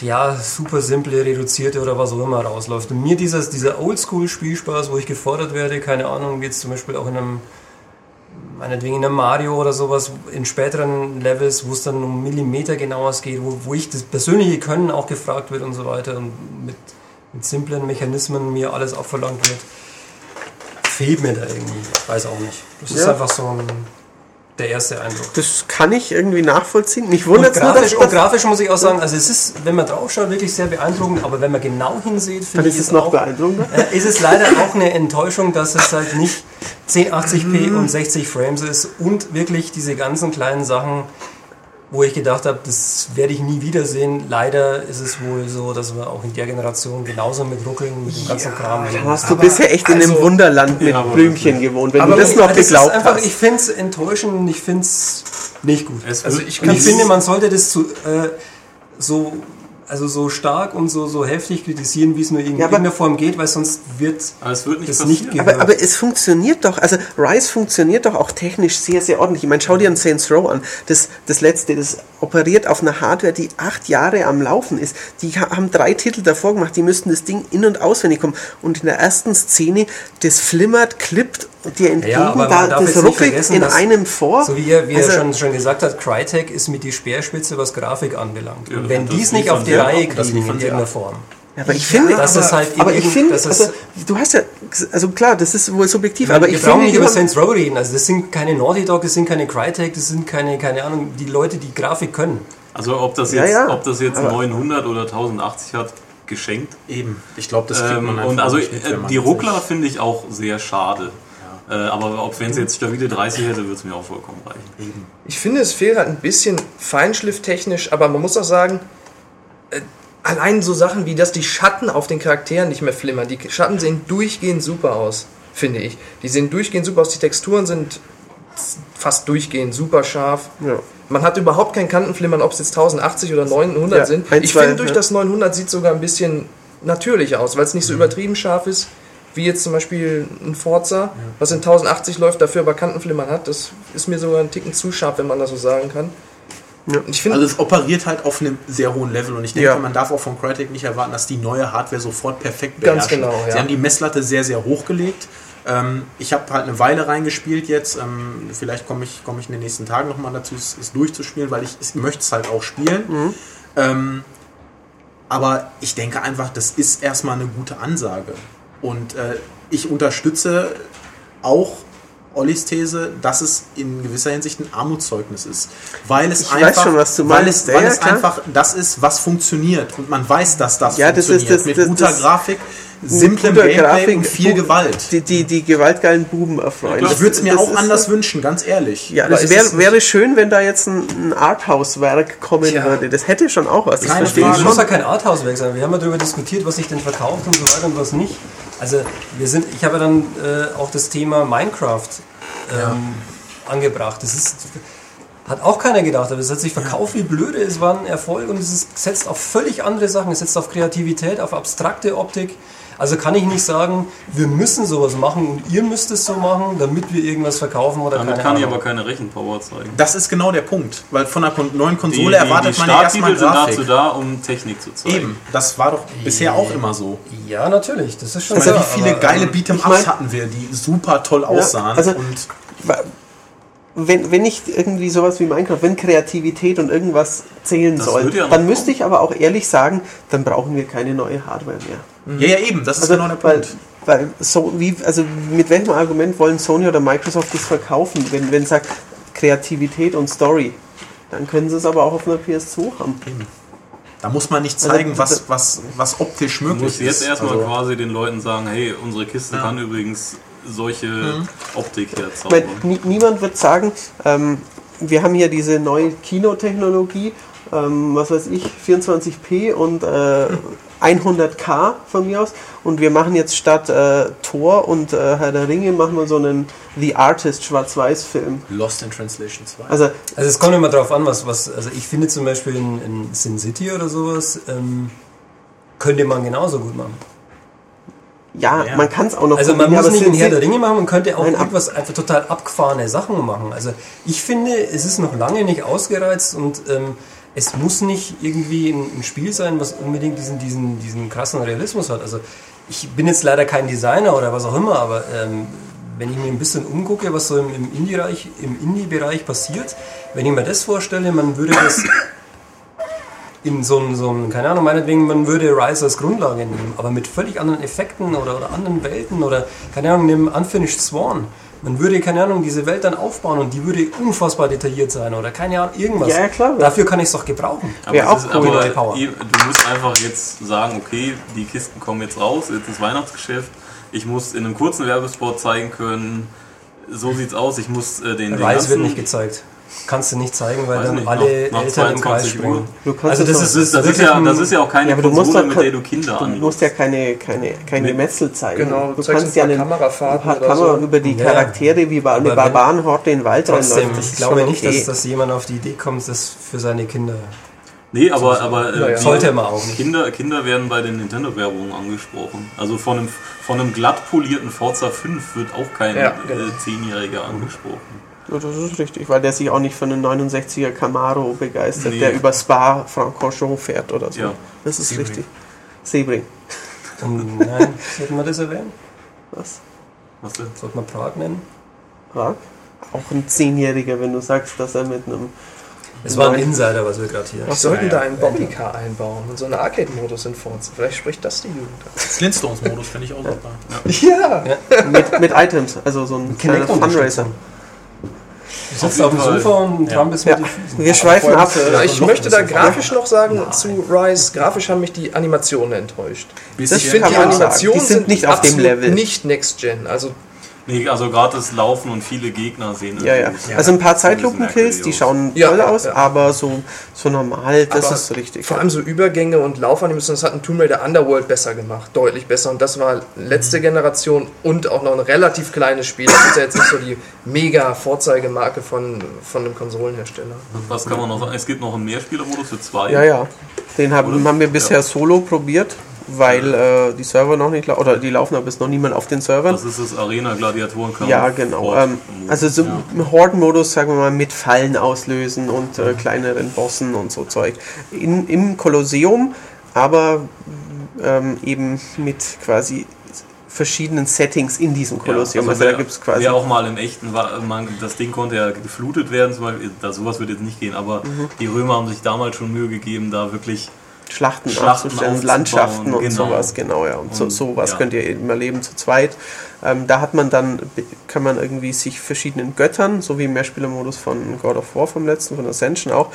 Speaker 5: ja, super simple, reduzierte oder was auch immer rausläuft. Und mir dieses, dieser Oldschool-Spielspaß, wo ich gefordert werde, keine Ahnung, geht's zum Beispiel auch in einem, meinetwegen in einem Mario oder sowas, in späteren Levels, wo es dann um Millimeter genauer es geht, wo, wo ich das persönliche Können auch gefragt wird und so weiter und mit, mit simplen Mechanismen mir alles abverlangt wird, fehlt mir da irgendwie. Ich weiß auch nicht. Das ist
Speaker 2: Ja.
Speaker 5: einfach so ein, der erste Eindruck.
Speaker 2: das kann ich irgendwie nachvollziehen. Mich
Speaker 5: Und
Speaker 2: wundert es nur, dass
Speaker 5: grafisch, und
Speaker 2: das,
Speaker 5: grafisch muss ich auch sagen, also es ist, wenn man drauf schaut, wirklich sehr beeindruckend, aber wenn man genau hinseht,
Speaker 2: dann
Speaker 5: finde ich
Speaker 2: ist es noch
Speaker 5: auch,
Speaker 2: beeindruckender.
Speaker 5: äh, ist es leider auch eine Enttäuschung, dass es halt nicht
Speaker 2: Mhm.
Speaker 5: 1080p und 60 Frames ist und wirklich diese ganzen kleinen Sachen, wo ich gedacht habe, das werde ich nie wiedersehen. Leider ist es wohl so, dass wir auch in der Generation genauso mit Ruckeln, mit dem ganzen Kram
Speaker 2: Da hast du bisher echt in einem Wunderland mit
Speaker 4: aber
Speaker 2: Blümchen gewohnt, wenn du
Speaker 5: Aber
Speaker 2: das
Speaker 5: ich-
Speaker 2: noch
Speaker 5: Also ist
Speaker 2: geglaubt
Speaker 5: einfach,
Speaker 2: hast.
Speaker 5: Ich finde es enttäuschend und ich finde es nicht gut.
Speaker 4: Es
Speaker 6: Also
Speaker 4: wird-
Speaker 6: ich
Speaker 5: Und
Speaker 6: kann
Speaker 5: ich finde, man sollte das zu, äh, so also so stark und so, so heftig kritisieren, wie es nur in
Speaker 2: Ja, aber-
Speaker 5: irgendeiner Form geht, weil sonst wird
Speaker 4: Aber es wird nicht
Speaker 5: das nicht
Speaker 4: passieren.
Speaker 5: gehört.
Speaker 2: Aber, aber es funktioniert doch, also Rise funktioniert doch auch technisch sehr, sehr ordentlich. Ich meine, schau dir ein Saints Row an. Das, das letzte, das operiert auf einer Hardware, die acht Jahre am Laufen ist. Die ha- haben drei Titel davor gemacht, die müssten das Ding in- und auswendig kommen. Und in der ersten Szene, das flimmert, klippt und dir entgegen,
Speaker 5: aber man
Speaker 2: da,
Speaker 5: darf jetzt
Speaker 2: das
Speaker 5: nicht
Speaker 2: ruckelt
Speaker 5: vergessen,
Speaker 2: in
Speaker 5: dass-
Speaker 2: einem vor.
Speaker 5: so wie er, wie
Speaker 2: Also-
Speaker 5: er schon, schon gesagt hat, Crytek ist mit die Speerspitze, was Grafik anbelangt.
Speaker 4: Ja,
Speaker 5: und wenn
Speaker 4: das
Speaker 5: die es nicht
Speaker 4: liefern
Speaker 5: auf die
Speaker 4: sie ab,
Speaker 5: Reihe
Speaker 1: das
Speaker 5: kriegen in
Speaker 1: liefern sie
Speaker 5: irgendeiner
Speaker 1: ab.
Speaker 5: Form.
Speaker 2: Ja, aber ich finde,
Speaker 5: das
Speaker 2: aber,
Speaker 5: ist halt
Speaker 2: aber
Speaker 5: eben-
Speaker 2: ich finde,
Speaker 5: das ist-
Speaker 2: also, du hast ja, also klar, das ist wohl subjektiv, aber
Speaker 5: wir
Speaker 2: ich
Speaker 5: brauchen
Speaker 2: finde,
Speaker 5: nicht über
Speaker 2: immer-
Speaker 5: Saints Row reden. Also das sind keine Naughty Dog, das sind keine Crytek, das sind keine, keine Ahnung, die Leute, die Grafik können.
Speaker 4: Also ob das
Speaker 2: Ja,
Speaker 4: jetzt,
Speaker 2: ja.
Speaker 4: Ob das jetzt
Speaker 2: Aber-
Speaker 4: 900 oder 1080 hat, geschenkt.
Speaker 1: Eben. Ich glaube, das kriegt man
Speaker 4: Ähm,
Speaker 1: einfach
Speaker 4: und also
Speaker 1: nicht mit, wenn
Speaker 4: äh,
Speaker 1: man
Speaker 4: die
Speaker 1: jetzt
Speaker 4: Ruckler
Speaker 1: nicht-
Speaker 4: finde ich auch sehr schade. Äh, aber ob wenn es jetzt stabile 30 hätte, würde es mir auch vollkommen reichen.
Speaker 6: Ich finde, es fehlt halt ein bisschen Feinschliff technisch, aber man muss auch sagen, äh, allein so Sachen wie, dass die Schatten auf den Charakteren nicht mehr flimmern. Die Schatten sehen durchgehend super aus, finde ich. Die sehen durchgehend super aus, die Texturen sind fast durchgehend super scharf.
Speaker 2: Ja.
Speaker 6: Man hat überhaupt kein Kantenflimmern, ob es jetzt 1080 oder 900
Speaker 2: Ja,
Speaker 6: sind.
Speaker 2: ein,
Speaker 6: ich
Speaker 2: zwei,
Speaker 6: finde, durch
Speaker 2: ja.
Speaker 6: das 900 sieht sogar ein bisschen natürlicher aus, weil es nicht so übertrieben scharf ist, wie jetzt zum Beispiel ein Forza, was in 1080 läuft, dafür aber Kantenflimmern hat. Das ist mir sogar einen Ticken zu scharf, wenn man das so sagen kann. Und Ich finde,
Speaker 1: Also es operiert halt auf einem sehr hohen Level und ich denke,
Speaker 2: Ja.
Speaker 1: man darf auch von Crytek nicht erwarten, dass die neue Hardware sofort perfekt
Speaker 6: Ganz
Speaker 1: beherrschen.
Speaker 6: genau, ja.
Speaker 1: Sie haben die Messlatte sehr, sehr hochgelegt. Ähm, ich habe halt eine Weile reingespielt jetzt. Ähm, vielleicht komme ich, komm ich in den nächsten Tagen nochmal dazu, es, es durchzuspielen, weil ich, ich möchte es halt auch spielen. Ähm, aber ich denke einfach, das ist erstmal eine gute Ansage. Und äh, ich unterstütze auch Ollis These, dass es in gewisser Hinsicht ein Armutszeugnis ist. Weil es
Speaker 2: Ich weiß
Speaker 1: einfach,
Speaker 2: schon, was du
Speaker 1: weil
Speaker 2: meinst.
Speaker 1: es,
Speaker 2: Ja,
Speaker 1: weil
Speaker 2: ja,
Speaker 1: es
Speaker 2: klar.
Speaker 1: einfach das ist, was funktioniert. Und man weiß, dass das
Speaker 2: Ja, das ist-
Speaker 1: funktioniert.
Speaker 2: das-
Speaker 1: mit
Speaker 2: das-
Speaker 1: guter
Speaker 2: das-
Speaker 1: Grafik, simplem
Speaker 2: guter
Speaker 1: Gameplay und
Speaker 2: Grafik,
Speaker 1: viel
Speaker 2: gut-
Speaker 1: Gewalt.
Speaker 2: die, die, die gewaltgeilen Buben erfreuen.
Speaker 1: Ich würde es mir
Speaker 2: Das
Speaker 1: auch
Speaker 2: ist-
Speaker 1: anders wünschen, ganz ehrlich.
Speaker 2: Ja,
Speaker 6: Aber
Speaker 2: das
Speaker 6: ist
Speaker 2: wär,
Speaker 6: es nicht-
Speaker 2: wäre schön, wenn da jetzt ein, ein Arthouse-Werk kommen
Speaker 6: Tja.
Speaker 2: würde. Das hätte schon auch was. Ich
Speaker 1: Keine
Speaker 2: verstehe
Speaker 1: Frage.
Speaker 5: Das
Speaker 2: schon.
Speaker 5: muss ja kein Arthouse-Werk sein. Wir haben ja darüber diskutiert, was sich denn verkauft und so weiter und was nicht. Also wir sind, ich habe ja dann äh, auch das Thema Minecraft ähm, angebracht. Das ist, hat auch keiner gedacht, aber es hat sich verkauft wie blöde. Es war ein Erfolg und es ist, setzt auf völlig andere Sachen. Es setzt auf Kreativität, auf abstrakte Optik. Also kann ich nicht sagen, wir müssen sowas machen und ihr müsst es so machen, damit wir irgendwas verkaufen oder
Speaker 4: Damit
Speaker 5: keine
Speaker 4: kann ich
Speaker 5: Ahnung.
Speaker 4: aber keine Rechenpower zeigen.
Speaker 1: Das ist genau der Punkt. Weil von einer kon neuen
Speaker 4: Die, die,
Speaker 1: Konsole
Speaker 4: die
Speaker 1: erwartet man ja erstmal
Speaker 4: Starttitel sind
Speaker 1: Grafik.
Speaker 4: dazu da, um Technik zu zeigen.
Speaker 1: Eben, das war doch bisher auch immer so.
Speaker 5: Ja, natürlich. Das ist schon
Speaker 1: Also,
Speaker 5: klar,
Speaker 1: wie viele
Speaker 5: aber,
Speaker 1: geile
Speaker 5: ähm,
Speaker 1: Beat'em-Ups
Speaker 2: ich mein-
Speaker 1: hatten wir, die super toll aussahen.
Speaker 2: also-
Speaker 1: und
Speaker 2: Wenn, wenn ich irgendwie sowas wie Minecraft, wenn Kreativität und irgendwas zählen
Speaker 4: Das
Speaker 2: soll,
Speaker 4: würde ja noch
Speaker 2: dann
Speaker 4: kommen.
Speaker 2: müsste ich aber auch ehrlich sagen, dann brauchen wir keine neue Hardware mehr.
Speaker 1: ja, ja, eben, das ist
Speaker 2: Also,
Speaker 1: genau der
Speaker 2: weil,
Speaker 1: Punkt.
Speaker 2: weil so, wie, also mit welchem Argument wollen Sony oder Microsoft das verkaufen, wenn wenn es sagt Kreativität und Story? Dann können sie es aber auch auf einer PS2 haben.
Speaker 1: Da muss man nicht
Speaker 2: Also,
Speaker 1: zeigen,
Speaker 2: das-
Speaker 1: was, was, was optisch
Speaker 4: Du
Speaker 1: möglich
Speaker 4: musst
Speaker 1: ist.
Speaker 4: jetzt erstmal
Speaker 1: Also,
Speaker 4: quasi den Leuten sagen, hey, unsere Kiste kann übrigens solche
Speaker 2: Mhm.
Speaker 4: Optik
Speaker 2: Ich
Speaker 5: Genau.
Speaker 2: meine,
Speaker 4: herzaubern.
Speaker 2: nie, niemand wird sagen, ähm, wir haben hier diese neue Kinotechnologie, ähm, was weiß ich, 24p und äh, 100k von mir aus. Und wir machen jetzt statt äh, Tor und äh, Herr der Ringe, machen wir so einen The Artist Schwarz-Weiß-Film.
Speaker 1: Lost in Translation 2.
Speaker 2: Also,
Speaker 5: Also es kommt immer drauf an, was, was, also ich finde zum Beispiel in, in Sin City oder sowas, ähm, könnte man genauso gut machen.
Speaker 2: ja,
Speaker 1: Ja.
Speaker 2: man kann es auch noch
Speaker 5: Also man
Speaker 2: kombinieren,
Speaker 5: muss nicht
Speaker 2: es
Speaker 5: den Herr
Speaker 2: sind-
Speaker 5: der Ringe machen, man könnte auch
Speaker 2: Nein, ab-
Speaker 5: irgendwas einfach total abgefahrene Sachen machen. Also ich finde, es ist noch lange nicht ausgereizt und ähm, es muss nicht irgendwie ein, ein Spiel sein, was unbedingt diesen, diesen, diesen krassen Realismus hat. Also ich bin jetzt leider kein Designer oder was auch immer, aber ähm, wenn ich mir ein bisschen umgucke, was so im, im Indie-Bereich im Indie passiert, wenn ich mir das vorstelle, man würde das in so einem, so einem, keine Ahnung, meinetwegen, man würde Rise als Grundlage nehmen, aber mit völlig anderen Effekten oder, oder anderen Welten oder, keine Ahnung, einem Unfinished Swan. Man würde, keine Ahnung, diese Welt dann aufbauen und die würde unfassbar detailliert sein oder keine Ahnung, irgendwas.
Speaker 2: Ja, ja, klar.
Speaker 5: Dafür kann ich es doch gebrauchen.
Speaker 4: Aber,
Speaker 2: Wäre
Speaker 4: es
Speaker 2: auch
Speaker 4: ist,
Speaker 2: cool.
Speaker 4: aber
Speaker 5: Die Power.
Speaker 4: ihr- du musst einfach jetzt sagen, okay, die Kisten kommen jetzt raus, jetzt ist Weihnachtsgeschäft. Ich muss in einem kurzen Werbespot zeigen können, so sieht's aus, ich muss äh, den, den
Speaker 5: Rise wird
Speaker 4: ganzen-
Speaker 5: nicht gezeigt. Kannst du nicht zeigen, weil
Speaker 4: Weiß
Speaker 5: dann
Speaker 4: nicht,
Speaker 5: alle
Speaker 4: nach- nach
Speaker 5: Eltern im Kreis
Speaker 4: 22 Uhr.
Speaker 5: springen.
Speaker 2: Du kannst
Speaker 5: Also
Speaker 2: es
Speaker 5: das
Speaker 2: doch-
Speaker 5: ist,
Speaker 4: Das ist, das ist,
Speaker 5: wirklich
Speaker 4: ja,
Speaker 5: ein-
Speaker 4: das ist ja auch keine
Speaker 2: Ja, aber du musst
Speaker 4: Konsole,
Speaker 2: doch-
Speaker 4: mit der du Kinder
Speaker 2: Du musst ja keine, keine, kein
Speaker 4: Nee.
Speaker 2: Gemetzel zeigen.
Speaker 6: Genau,
Speaker 2: du
Speaker 6: du zeigst
Speaker 2: kannst
Speaker 6: ein
Speaker 2: ja
Speaker 6: paar
Speaker 2: einen, ein
Speaker 6: Kamerafahrten
Speaker 2: paar
Speaker 6: oder
Speaker 2: Kamera
Speaker 6: so.
Speaker 2: über die
Speaker 5: Ja,
Speaker 2: Charaktere, wie bei
Speaker 5: aber
Speaker 2: eine
Speaker 5: wenn-
Speaker 2: Barbarenhorde in den Wald
Speaker 5: Trotzdem,
Speaker 2: reinläuft. das
Speaker 5: ich
Speaker 2: ist
Speaker 5: glaube
Speaker 2: schon
Speaker 5: nicht,
Speaker 2: okay.
Speaker 5: dass, dass jemand auf die Idee kommt, das für seine Kinder
Speaker 4: Nee, aber, aber äh,
Speaker 6: Naja.
Speaker 4: wir-
Speaker 5: Sollte man auch nicht.
Speaker 4: Kinder, Kinder werden bei den Nintendo-Werbungen angesprochen. Also von einem, von einem glatt polierten Forza 5 wird auch kein
Speaker 6: Ja, genau.
Speaker 4: äh, Zehnjähriger
Speaker 2: Mhm.
Speaker 4: angesprochen.
Speaker 2: Ja, das ist richtig, weil der sich auch nicht für einen 69er Camaro begeistert,
Speaker 4: Nee.
Speaker 2: der über Spa Francorchamps fährt oder so.
Speaker 4: Ja.
Speaker 2: Das ist
Speaker 5: Sebring.
Speaker 2: richtig. Sebring.
Speaker 5: Und Um, nein, sollten wir das erwähnen?
Speaker 2: Was?
Speaker 4: Was denn?
Speaker 5: Sollte man Prag nennen?
Speaker 2: Prag? Auch ein Zehnjähriger, wenn du sagst, dass er mit einem.
Speaker 5: Es war ein Insider, was wir gerade hier
Speaker 6: Wir sollten
Speaker 5: Ja,
Speaker 6: da
Speaker 5: ja.
Speaker 6: einen Bobbycar einbauen und so einen Arcade-Modus in Forza. Vielleicht spricht das die Jugend an.
Speaker 1: Flintstones-Modus finde ich auch super.
Speaker 6: Ja!
Speaker 2: mit, mit Items, also so ein kleiner Fundraiser.
Speaker 5: Fundraiser. Du sitzt auf dem
Speaker 4: Auf jeden
Speaker 5: Sofa und trampelst
Speaker 2: Ja.
Speaker 5: mit den Füßen.
Speaker 2: Wir schweifen ab.
Speaker 6: Ja, ich
Speaker 5: Verlockend
Speaker 6: möchte da
Speaker 5: ist das auch.
Speaker 6: grafisch noch sagen zu Rise, grafisch haben mich die Animationen enttäuscht.
Speaker 2: Das
Speaker 6: Ich finde,
Speaker 2: kann
Speaker 6: die
Speaker 2: man sagen.
Speaker 6: Animationen
Speaker 2: Die sind nicht auf dem
Speaker 6: absolut
Speaker 2: Level.
Speaker 6: Nicht Next Gen. Also,
Speaker 4: Nee, also gerade das Laufen und viele Gegner sehen
Speaker 2: Ja, ja.
Speaker 4: irgendwie
Speaker 2: Also ein paar
Speaker 4: so bisschen
Speaker 2: Zeitlupenkills, die
Speaker 4: merkwürdig aus.
Speaker 2: schauen
Speaker 6: Ja,
Speaker 2: toll
Speaker 6: ja,
Speaker 2: aus,
Speaker 6: ja.
Speaker 2: aber so, so normal, das
Speaker 6: aber
Speaker 2: ist richtig.
Speaker 6: Vor allem so Übergänge und Laufanimation, das hat ein Tomb Raider Underworld besser gemacht. Deutlich besser. Und das war letzte Generation und auch noch ein relativ kleines Spiel. Das ist ja jetzt nicht so die mega Vorzeigemarke von, von einem Konsolenhersteller.
Speaker 4: Was kann man noch sagen? Es gibt noch einen Mehrspielermodus für zwei.
Speaker 2: Ja, ja. Den haben,
Speaker 4: Oder?
Speaker 2: haben wir bisher
Speaker 4: Ja.
Speaker 2: solo probiert, weil äh, die Server noch nicht, lau- oder die laufen aber ist noch niemand auf den Servern.
Speaker 4: Das ist das Arena Gladiatorenkampf.
Speaker 2: Ja, genau. Ähm, also so
Speaker 4: Ja.
Speaker 2: im Horden-Modus, sagen wir mal, mit Fallen auslösen und äh, kleineren Bossen und so Zeug. In, Im Kolosseum, aber ähm, eben mit quasi verschiedenen Settings in diesem Kolosseum. also da
Speaker 4: wer-
Speaker 2: gibt es quasi...
Speaker 4: Wer auch mal im echten, war, man, das Ding konnte ja geflutet werden, zum Beispiel, da, sowas wird jetzt nicht gehen, aber
Speaker 2: Mhm.
Speaker 4: die Römer haben sich damals schon Mühe gegeben, da wirklich
Speaker 2: Schlachten,
Speaker 4: Schlachten
Speaker 2: aufzustellen,
Speaker 4: aufzubauen,
Speaker 2: Landschaften und
Speaker 4: genau.
Speaker 2: sowas, genau, ja. Und, so,
Speaker 4: Und,
Speaker 2: sowas
Speaker 4: ja.
Speaker 2: könnt ihr eben erleben zu zweit. Ähm, da hat man dann, kann man irgendwie sich verschiedenen Göttern, so wie im Mehrspielermodus von God of War vom letzten, von Ascension auch,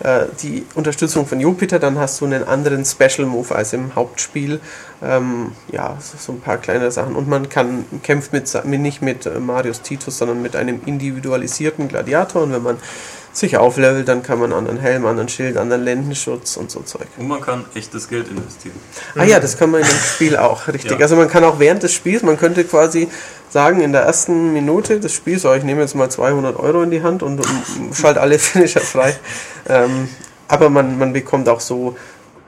Speaker 2: äh, die Unterstützung von Jupiter, dann hast du einen anderen Special Move als im Hauptspiel. Ähm, ja, so, so ein paar kleinere Sachen. Und man kann kämpft mit, Sa- mit nicht mit äh, Marius Titus, sondern mit einem individualisierten Gladiator. Und wenn man sich auflevelt, dann kann man anderen Helm, anderen Schild, anderen Lendenschutz und so Zeug.
Speaker 4: Und man kann echtes Geld investieren.
Speaker 2: Ah ja, das kann man in dem Spiel auch, richtig.
Speaker 4: Ja.
Speaker 2: Also man kann auch während des Spiels, man könnte quasi sagen, in der ersten Minute des Spiels, so, ich nehme jetzt mal 200 Euro in die Hand und um, schalte alle Finisher frei. Ähm, aber man, man bekommt auch so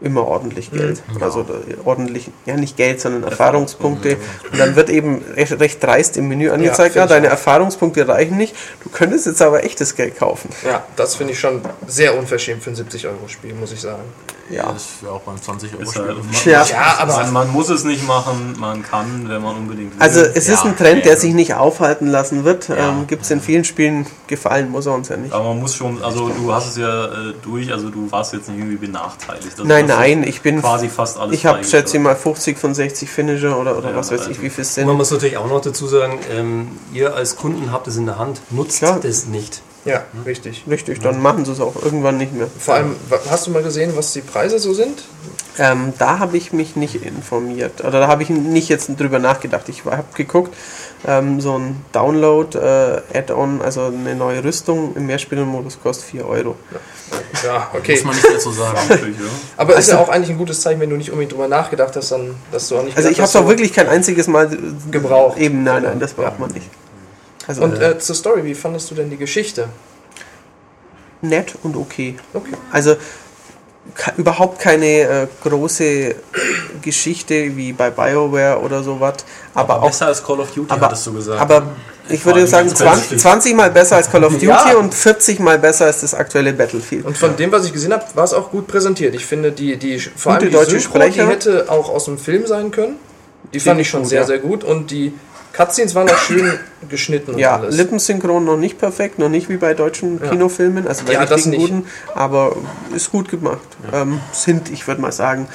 Speaker 2: immer ordentlich Geld. Also da- ordentlich, ja nicht Geld, sondern Erfahrungspunkte. Und dann wird eben recht, recht dreist im Menü angezeigt,
Speaker 6: find
Speaker 2: ja,
Speaker 6: ich
Speaker 2: deine
Speaker 6: auch.
Speaker 2: Erfahrungspunkte reichen nicht, du könntest jetzt aber echtes Geld kaufen.
Speaker 6: Ja, das finde ich schon sehr unverschämt für ein 70-Euro-Spiel, muss ich sagen.
Speaker 2: Ja.
Speaker 1: Das wäre auch beim 20 Euro
Speaker 4: Ist halt-
Speaker 1: Spiel.
Speaker 4: man,
Speaker 2: Ja.
Speaker 6: Ja, aber-
Speaker 4: man, man muss es nicht machen, man kann, wenn man unbedingt will.
Speaker 2: Also es ist
Speaker 1: Ja,
Speaker 2: ein Trend, der
Speaker 1: ja.
Speaker 2: sich nicht aufhalten lassen wird.
Speaker 1: Ja.
Speaker 2: Ähm, Gibt es in vielen Spielen gefallen, muss er uns ja nicht.
Speaker 4: aber man muss schon, also du hast es ja äh, durch, also du warst jetzt nicht irgendwie benachteiligt. Also
Speaker 2: Nein,
Speaker 4: das ist
Speaker 2: nein, ich bin.
Speaker 4: Quasi fast alles.
Speaker 2: Ich habe,
Speaker 4: freigeschaltet.
Speaker 2: schätze ich mal, 50 von 60 Finisher oder, oder
Speaker 4: Ja,
Speaker 2: was weiß
Speaker 4: also-
Speaker 2: ich, wie viel es
Speaker 5: Und man
Speaker 2: sind.
Speaker 5: muss natürlich auch noch dazu sagen, ähm, ihr als Kunden habt es in der Hand, nutzt
Speaker 2: Klar.
Speaker 5: es nicht.
Speaker 6: Ja, richtig.
Speaker 2: Richtig, dann machen sie es auch irgendwann nicht mehr.
Speaker 6: Vor allem, wa- hast du mal gesehen, was die Preise so sind?
Speaker 2: Ähm, da habe ich mich nicht informiert. Oder da habe ich nicht jetzt drüber nachgedacht. Ich habe geguckt, ähm, so ein Download-Add-on, also eine neue Rüstung im Mehrspielermodus kostet 4 Euro.
Speaker 6: Ja,
Speaker 1: Muss
Speaker 6: okay.
Speaker 1: man nicht dazu sagen.
Speaker 4: Natürlich, ja.
Speaker 6: Aber ist ja auch eigentlich ein gutes Zeichen, wenn du nicht unbedingt drüber nachgedacht hast, dann, dass du auch nicht
Speaker 2: Also ich habe
Speaker 6: gedacht
Speaker 2: es auch
Speaker 6: hast,
Speaker 2: wirklich kein einziges Mal
Speaker 6: Gebraucht.
Speaker 2: Eben, nein, nein, das braucht man nicht. Also,
Speaker 6: Und äh, zur Story, wie fandest du denn die Geschichte?
Speaker 2: nett und okay.
Speaker 6: Okay.
Speaker 2: Also ka- überhaupt keine äh, große Geschichte wie bei BioWare oder sowas, aber, auch
Speaker 1: Besser als Call of Duty,
Speaker 2: aber-
Speaker 1: hattest du gesagt.
Speaker 2: aber ich würde
Speaker 4: allem
Speaker 2: sagen
Speaker 4: als
Speaker 2: 20,
Speaker 4: Battlefield.
Speaker 2: 20 mal besser als Call of Duty
Speaker 6: Ja.
Speaker 2: und 40 mal besser als das aktuelle Battlefield.
Speaker 6: Und von dem, was ich gesehen habe, war es auch gut präsentiert. Ich finde, die, die vor
Speaker 2: Gute
Speaker 6: allem die
Speaker 2: deutsche
Speaker 6: Synchro,
Speaker 2: Sprecher.
Speaker 6: die hätte auch aus dem Film sein können. Die fand
Speaker 2: Ziemlich
Speaker 6: ich schon
Speaker 2: gut,
Speaker 6: sehr,
Speaker 2: ja.
Speaker 6: sehr gut. Und die Cutscenes waren auch schön geschnitten und
Speaker 2: ja,
Speaker 6: alles.
Speaker 2: Lippensynchron noch nicht perfekt, noch nicht wie bei deutschen Kinofilmen, also bei
Speaker 6: Ja, das
Speaker 2: richtigen
Speaker 6: nicht.
Speaker 2: guten, aber ist gut gemacht. Ähm, sind, ich würde mal sagen,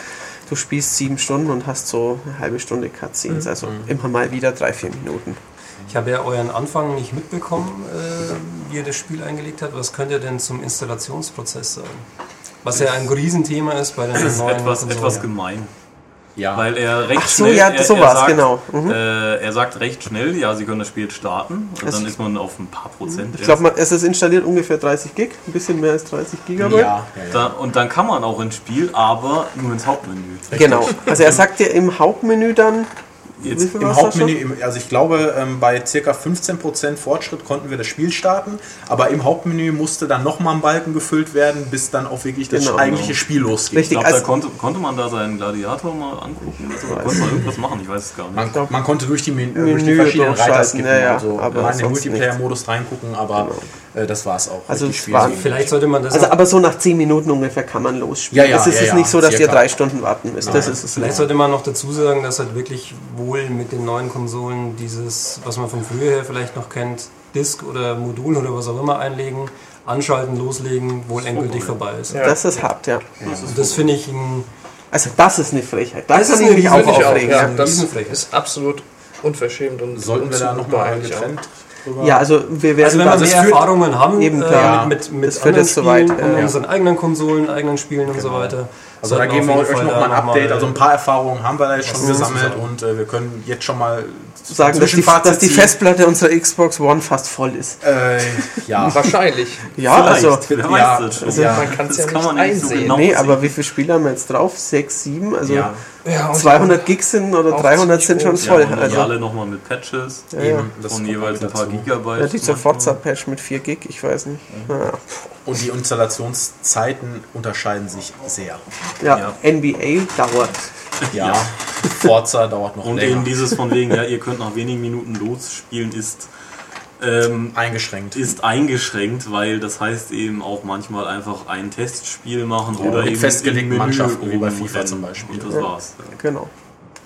Speaker 2: du spielst sieben Stunden und hast so eine halbe Stunde
Speaker 6: Mhm.
Speaker 2: Cutscenes, also immer mal wieder drei, vier Minuten.
Speaker 5: Ich habe ja euren Anfang nicht mitbekommen, äh, wie ihr das Spiel eingelegt habt. Was könnt ihr denn zum Installationsprozess sagen? Was ja ein Riesenthema ist bei den
Speaker 4: Das ist
Speaker 5: neuen
Speaker 4: etwas,
Speaker 5: Konsolen.
Speaker 4: etwas gemein.
Speaker 1: ja.
Speaker 4: Weil er recht
Speaker 2: Ach so,
Speaker 4: schnell.
Speaker 2: ja,
Speaker 4: er,
Speaker 2: so
Speaker 4: er
Speaker 2: war's,
Speaker 4: sagt,
Speaker 2: genau. Mhm.
Speaker 4: Äh, er sagt recht schnell, ja, Sie können das Spiel starten. Und
Speaker 2: Das- Mhm.
Speaker 4: dann ist man auf ein paar Prozent.
Speaker 2: Ich glaube, es ist installiert ungefähr 30 Gig, ein bisschen mehr als 30 Gigabyte.
Speaker 1: ja, ja, ja.
Speaker 4: da, und dann kann man auch ins Spiel, aber nur ins Hauptmenü.
Speaker 2: Genau. Also er sagt dir im Hauptmenü dann,
Speaker 4: Jetzt-
Speaker 2: viel
Speaker 1: Im
Speaker 2: war's da schon?
Speaker 1: Hauptmenü, im, also ich glaube, ähm, bei circa 15% Fortschritt konnten wir das Spiel starten, aber im Hauptmenü musste dann nochmal ein Balken gefüllt werden, bis dann auch wirklich das
Speaker 2: Genau.
Speaker 1: eigentliche Spiel
Speaker 4: Ich
Speaker 1: losgeht.
Speaker 2: Richtig,
Speaker 4: glaube, da
Speaker 2: also-
Speaker 4: konnte, konnte man da seinen Gladiator mal angucken oder so.
Speaker 2: Weiß
Speaker 4: Konnte man irgendwas machen, ich weiß es gar nicht.
Speaker 1: Man, man konnte durch die, Men äh, durch die
Speaker 2: Menü
Speaker 1: verschiedenen
Speaker 2: durchschalten,
Speaker 1: Reiter skippen,
Speaker 2: ja, ja,
Speaker 1: also
Speaker 2: aber
Speaker 1: aber mal in den
Speaker 2: sonst
Speaker 1: Multiplayer-Modus reingucken, aber äh, das war es auch.
Speaker 2: Also
Speaker 1: Richtig
Speaker 2: es war-
Speaker 1: ging.
Speaker 5: Vielleicht sollte man das
Speaker 2: Also,
Speaker 5: auch-
Speaker 2: aber so nach 10 Minuten ungefähr kann man losspielen.
Speaker 1: Ja, ja,
Speaker 2: es ist
Speaker 1: ja,
Speaker 2: jetzt
Speaker 1: ja,
Speaker 2: nicht so, dass ihr
Speaker 1: circa. Also-
Speaker 2: drei Stunden warten müsst. Das ist es
Speaker 5: Vielleicht sollte man noch dazu sagen, dass halt wirklich wohl mit den neuen Konsolen dieses, was man von früher her vielleicht noch kennt, Disk oder Modul oder was auch immer einlegen, anschalten, loslegen, wohl endgültig vorbei ist.
Speaker 6: Ja.
Speaker 2: Das ist hart, ja.
Speaker 5: Und das finde ich ein
Speaker 2: Also das ist eine Frechheit. Da
Speaker 5: Das
Speaker 2: kann
Speaker 5: ist
Speaker 2: ich
Speaker 5: eine
Speaker 2: mich auch
Speaker 5: riesen-
Speaker 6: Finde ich auch,
Speaker 2: aufregen.
Speaker 5: Aufregend,
Speaker 6: ja,
Speaker 5: ja.
Speaker 6: das
Speaker 5: Riesenfläche.
Speaker 6: ist absolut unverschämt und
Speaker 1: Sollten wir da
Speaker 6: unzumutbar
Speaker 1: nochmal
Speaker 6: eigentlich auch.
Speaker 1: getrennt drüber?
Speaker 2: Ja. also wir werden
Speaker 5: Also wenn wir
Speaker 2: da
Speaker 5: mehr
Speaker 1: führt-
Speaker 5: Erfahrungen haben äh,
Speaker 2: Eben, klar.
Speaker 5: mit, mit, mit
Speaker 2: Das führt jetzt
Speaker 5: anderen
Speaker 2: soweit,
Speaker 5: und
Speaker 2: ja.
Speaker 5: unseren eigenen Konsolen, eigenen Spielen und so weiter.
Speaker 1: Also da
Speaker 5: sollten
Speaker 1: geben wir
Speaker 5: auf
Speaker 1: euch
Speaker 5: jeden Fall
Speaker 1: nochmal ein
Speaker 5: da noch
Speaker 1: Update.
Speaker 5: mal-
Speaker 1: Also ein paar Erfahrungen haben wir da jetzt schon
Speaker 5: was
Speaker 1: gesammelt
Speaker 5: zusammen.
Speaker 1: und äh, wir können jetzt schon mal
Speaker 2: Mhm. sagen, dass die,
Speaker 1: Zwischenfazit
Speaker 2: dass die
Speaker 1: ziehen.
Speaker 2: Festplatte unserer Xbox One fast voll ist.
Speaker 1: Äh, ja.
Speaker 6: Wahrscheinlich.
Speaker 2: Ja, also
Speaker 4: Ah, Wer
Speaker 1: Ja,
Speaker 4: weiß das schon.
Speaker 1: also Ja.
Speaker 6: man kann's
Speaker 4: das
Speaker 6: ja
Speaker 4: kann man
Speaker 6: nicht
Speaker 4: nicht so
Speaker 6: einsehen.
Speaker 4: genau
Speaker 2: nee,
Speaker 4: sehen.
Speaker 2: aber wie viele Spiele haben wir jetzt drauf? Sechs, sieben? Also
Speaker 1: ja.
Speaker 6: Ja, und
Speaker 2: 200 Gigs sind oder
Speaker 6: Auch
Speaker 2: 300 sind schon
Speaker 6: ziemlich
Speaker 4: ja,
Speaker 2: voll.
Speaker 4: und die
Speaker 2: also
Speaker 4: alle nochmal mit Patches
Speaker 2: ja, ja.
Speaker 1: Eben, das
Speaker 4: von
Speaker 1: kommt
Speaker 4: jeweils
Speaker 1: dann
Speaker 4: ein paar
Speaker 1: dazu.
Speaker 4: Gigabyte.
Speaker 2: Ja, dieser
Speaker 4: manchmal.
Speaker 2: Forza-Patch mit 4 Gig, ich weiß nicht. Ja,
Speaker 1: Und die Installationszeiten unterscheiden sich sehr.
Speaker 2: ja. NBA dauert.
Speaker 1: Ja. Forza dauert noch
Speaker 4: Und eben
Speaker 1: länger.
Speaker 4: dieses von wegen, ja, ihr könnt nach wenigen Minuten losspielen, ist, ähm,
Speaker 1: Eingeschränkt.
Speaker 4: ist eingeschränkt, weil das heißt eben auch manchmal einfach ein Testspiel machen oder
Speaker 1: mit
Speaker 4: eben
Speaker 1: festgelegten
Speaker 4: im Menü
Speaker 1: Mannschaften, wie bei
Speaker 4: rumrennen.
Speaker 1: FIFA zum Beispiel.
Speaker 4: Und das
Speaker 2: Ja.
Speaker 4: war's.
Speaker 2: Genau.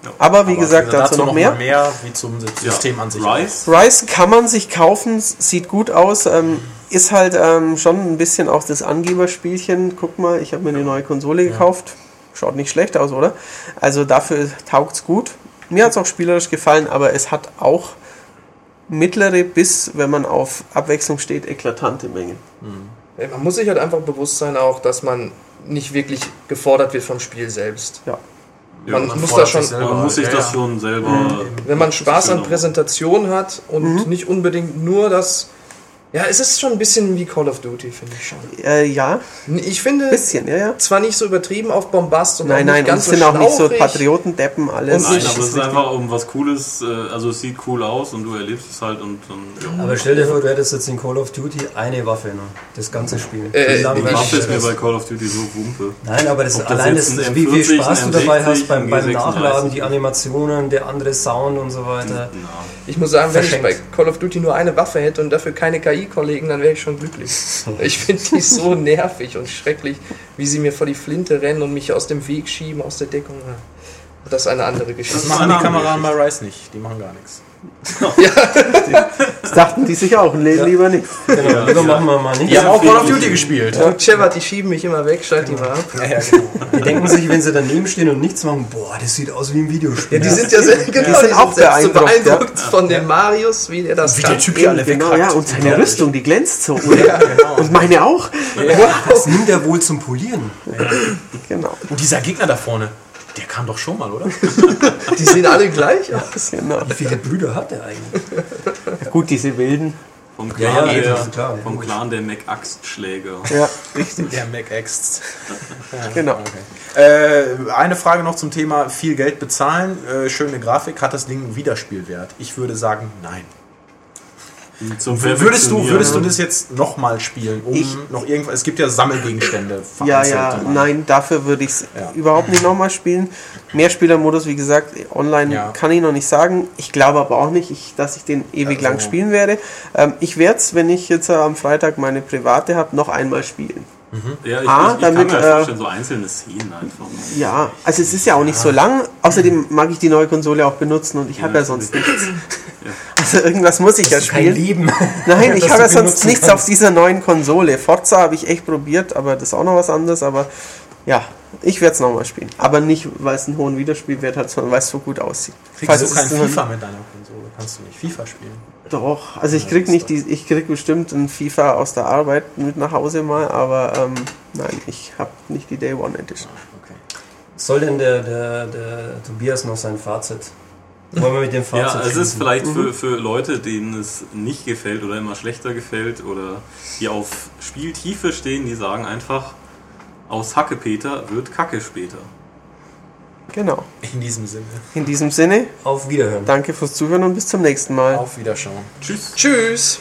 Speaker 4: Ja.
Speaker 2: Aber wie
Speaker 1: Aber
Speaker 2: gesagt, dazu, noch
Speaker 1: mal
Speaker 2: mehr.
Speaker 1: mehr wie zum System an sich.
Speaker 4: Rise,
Speaker 2: Rice kann man sich kaufen, sieht gut aus, ähm, ist halt ähm, schon ein bisschen auch das Angeberspielchen. Guck mal, ich habe mir eine neue Konsole gekauft. Schaut nicht schlecht aus, oder? Also dafür taugt's gut. Mir hat's auch spielerisch gefallen, aber es hat auch mittlere bis, wenn man auf Abwechslung steht, eklatante Mängel.
Speaker 6: Ja, Man muss sich halt einfach bewusst sein auch, dass man nicht wirklich gefordert wird vom Spiel selbst.
Speaker 2: Ja.
Speaker 6: man,
Speaker 1: man
Speaker 6: muss da
Speaker 1: fordert sich
Speaker 6: schon,
Speaker 1: selber.
Speaker 4: man muss sich
Speaker 1: Ja, ja.
Speaker 4: das
Speaker 1: Mhm.
Speaker 4: schon selber.
Speaker 6: wenn man Spaß an
Speaker 4: Genau.
Speaker 6: Präsentation hat und
Speaker 2: Mhm.
Speaker 6: nicht unbedingt nur das. Ja, es ist schon ein bisschen wie Call of Duty, finde ich schon.
Speaker 2: Äh, ja,
Speaker 6: Ich finde
Speaker 2: bisschen, ja, ja.
Speaker 6: zwar nicht so übertrieben auf Bombast und auch
Speaker 2: Nein,
Speaker 6: nicht
Speaker 2: nein, und
Speaker 6: ganz
Speaker 2: es sind
Speaker 6: so
Speaker 2: auch nicht so
Speaker 6: schlauchig.
Speaker 2: Patriotendeppen, alles.
Speaker 6: Und
Speaker 4: Nein,
Speaker 6: Das
Speaker 4: aber es
Speaker 6: ist
Speaker 4: ist
Speaker 2: richtig.
Speaker 4: einfach um was Cooles, äh, also es sieht cool aus und du erlebst es halt und dann. Ja.
Speaker 5: Aber stell dir vor, du hättest jetzt in Call of Duty eine Waffe, ne? das ganze Spiel.
Speaker 6: Äh,
Speaker 5: Wie
Speaker 4: Die
Speaker 5: langweilig
Speaker 4: Waffe ist
Speaker 5: wäre
Speaker 4: mir
Speaker 5: das?
Speaker 4: bei Call of Duty so Wumpe.
Speaker 5: Nein, aber das,
Speaker 4: Ob das
Speaker 5: allein
Speaker 4: jetzt
Speaker 5: ist,
Speaker 4: ein
Speaker 5: wie viel
Speaker 4: M40,
Speaker 5: Spaß du
Speaker 4: ein
Speaker 5: dabei hast
Speaker 4: M60,
Speaker 5: beim, beim
Speaker 4: ein
Speaker 5: Nachladen, die
Speaker 4: G36.
Speaker 5: Animationen, der andere Sound und so weiter.
Speaker 6: Ich muss sagen, wenn ich bei
Speaker 5: Verschenkt.
Speaker 6: Call of Duty nur eine Waffe hätte und dafür keine KI-Kollegen, dann wäre ich schon glücklich. Ich finde die so nervig und schrecklich, wie sie mir vor die Flinte rennen und mich aus dem Weg schieben, aus der Deckung. Ja. Das ist eine andere
Speaker 1: Das
Speaker 6: Geschichte.
Speaker 1: machen die
Speaker 4: Andere
Speaker 1: Kameraden bei Rice nicht. Die machen gar nichts.
Speaker 2: Das dachten die sich auch, nee, lieber nicht.
Speaker 5: Genau, lieber machen wir mal nicht.
Speaker 1: Die haben auch Call of Duty gespielt.
Speaker 6: Und Chevard, die schieben mich immer weg, schalt die
Speaker 2: Genau.
Speaker 6: mal ab.
Speaker 1: genau.
Speaker 5: Die denken sich, wenn sie daneben stehen und nichts machen, boah, das sieht aus wie ein Videospiel.
Speaker 6: Ja, die sind ja selbst, genau,
Speaker 2: sind auch
Speaker 6: selbst so
Speaker 2: beeindruckt,
Speaker 6: beeindruckt von dem Marius, wie der das kann.
Speaker 2: Eben, genau, ja, genau. und seine Rüstung, die glänzt so, oder? Und meine auch.
Speaker 5: das nimmt er wohl zum Polieren.
Speaker 2: Genau,
Speaker 1: Und dieser Gegner da vorne, der kam doch schon mal, oder?
Speaker 6: Die sehen alle gleich aus.
Speaker 2: genau.
Speaker 5: Wie viele Brüder hat er eigentlich?
Speaker 2: Gut, diese Wilden.
Speaker 4: Vom Clan,
Speaker 5: Ja, ja,
Speaker 4: der,
Speaker 5: das ist klar.
Speaker 4: vom Clan der Mac-Axtschläger.
Speaker 2: Ja,
Speaker 1: Der Mac Axt.
Speaker 2: genau.
Speaker 1: Äh, eine Frage noch zum Thema viel Geld bezahlen, äh, schöne Grafik, hat das Ding einen Wiederspielwert? Ich würde sagen, nein.
Speaker 4: Zum
Speaker 1: Würdest du,
Speaker 4: Perfektionieren.
Speaker 1: würdest du das jetzt nochmal spielen, um
Speaker 2: Ich-
Speaker 1: noch irgendwas, es gibt ja Sammelgegenstände.
Speaker 2: Ja,
Speaker 1: vereinzelt,
Speaker 2: ja,
Speaker 1: die man-
Speaker 2: nein, dafür würde ich es
Speaker 1: Ja.
Speaker 2: überhaupt nicht nochmal spielen. Mehrspielermodus, wie gesagt, online
Speaker 1: Ja.
Speaker 2: kann ich noch nicht sagen. Ich glaube aber auch nicht, ich, dass ich den ewig
Speaker 1: Also-
Speaker 2: lang spielen werde. Ähm, ich werde es, wenn ich jetzt äh, am Freitag meine private habe, noch einmal spielen.
Speaker 4: Ja, ich,
Speaker 2: Ah,
Speaker 4: ich, ich kann
Speaker 2: damit,
Speaker 4: mir halt
Speaker 2: äh,
Speaker 4: vorstellen, so einzelne Szenen einfach.
Speaker 2: Ja, also es ist ja auch nicht so lang. Außerdem mag ich die neue Konsole auch benutzen und ich habe ja sonst nichts. Also irgendwas muss ich ja
Speaker 5: Kein
Speaker 2: spielen.
Speaker 5: Leben.
Speaker 2: Nein, ich
Speaker 5: dass
Speaker 2: habe ja
Speaker 5: du
Speaker 2: sonst
Speaker 5: benutzen
Speaker 2: nichts auf dieser neuen Konsole. Forza habe ich echt probiert, aber das ist auch noch was anderes. Aber ja, ich werde es nochmal spielen. Aber nicht, weil es einen hohen Wiederspielwert hat, sondern weil es so gut aussieht.
Speaker 1: Kriegst du
Speaker 2: es
Speaker 1: kein
Speaker 2: so ein-
Speaker 1: FIFA mit deiner Konsole? Kannst du nicht FIFA spielen?
Speaker 2: Doch, also ich krieg nicht die, ich krieg bestimmt ein FIFA aus der Arbeit mit nach Hause mal, aber ähm, nein, ich habe nicht die Day One Edition.
Speaker 5: Soll denn der, der, der Tobias noch sein Fazit? Wollen wir mit dem Fazit
Speaker 4: Ja, es ist
Speaker 5: schließen?
Speaker 4: vielleicht für, für Leute, denen es nicht gefällt oder immer schlechter gefällt oder die auf Spieltiefe stehen, die sagen einfach, aus Hacke Peter wird Kacke später.
Speaker 2: Genau.
Speaker 1: In diesem Sinne.
Speaker 2: In diesem Sinne,
Speaker 5: Auf Wiederhören.
Speaker 2: danke fürs Zuhören und bis zum nächsten Mal.
Speaker 1: Auf Wiederschauen.
Speaker 4: Tschüss.
Speaker 6: Tschüss!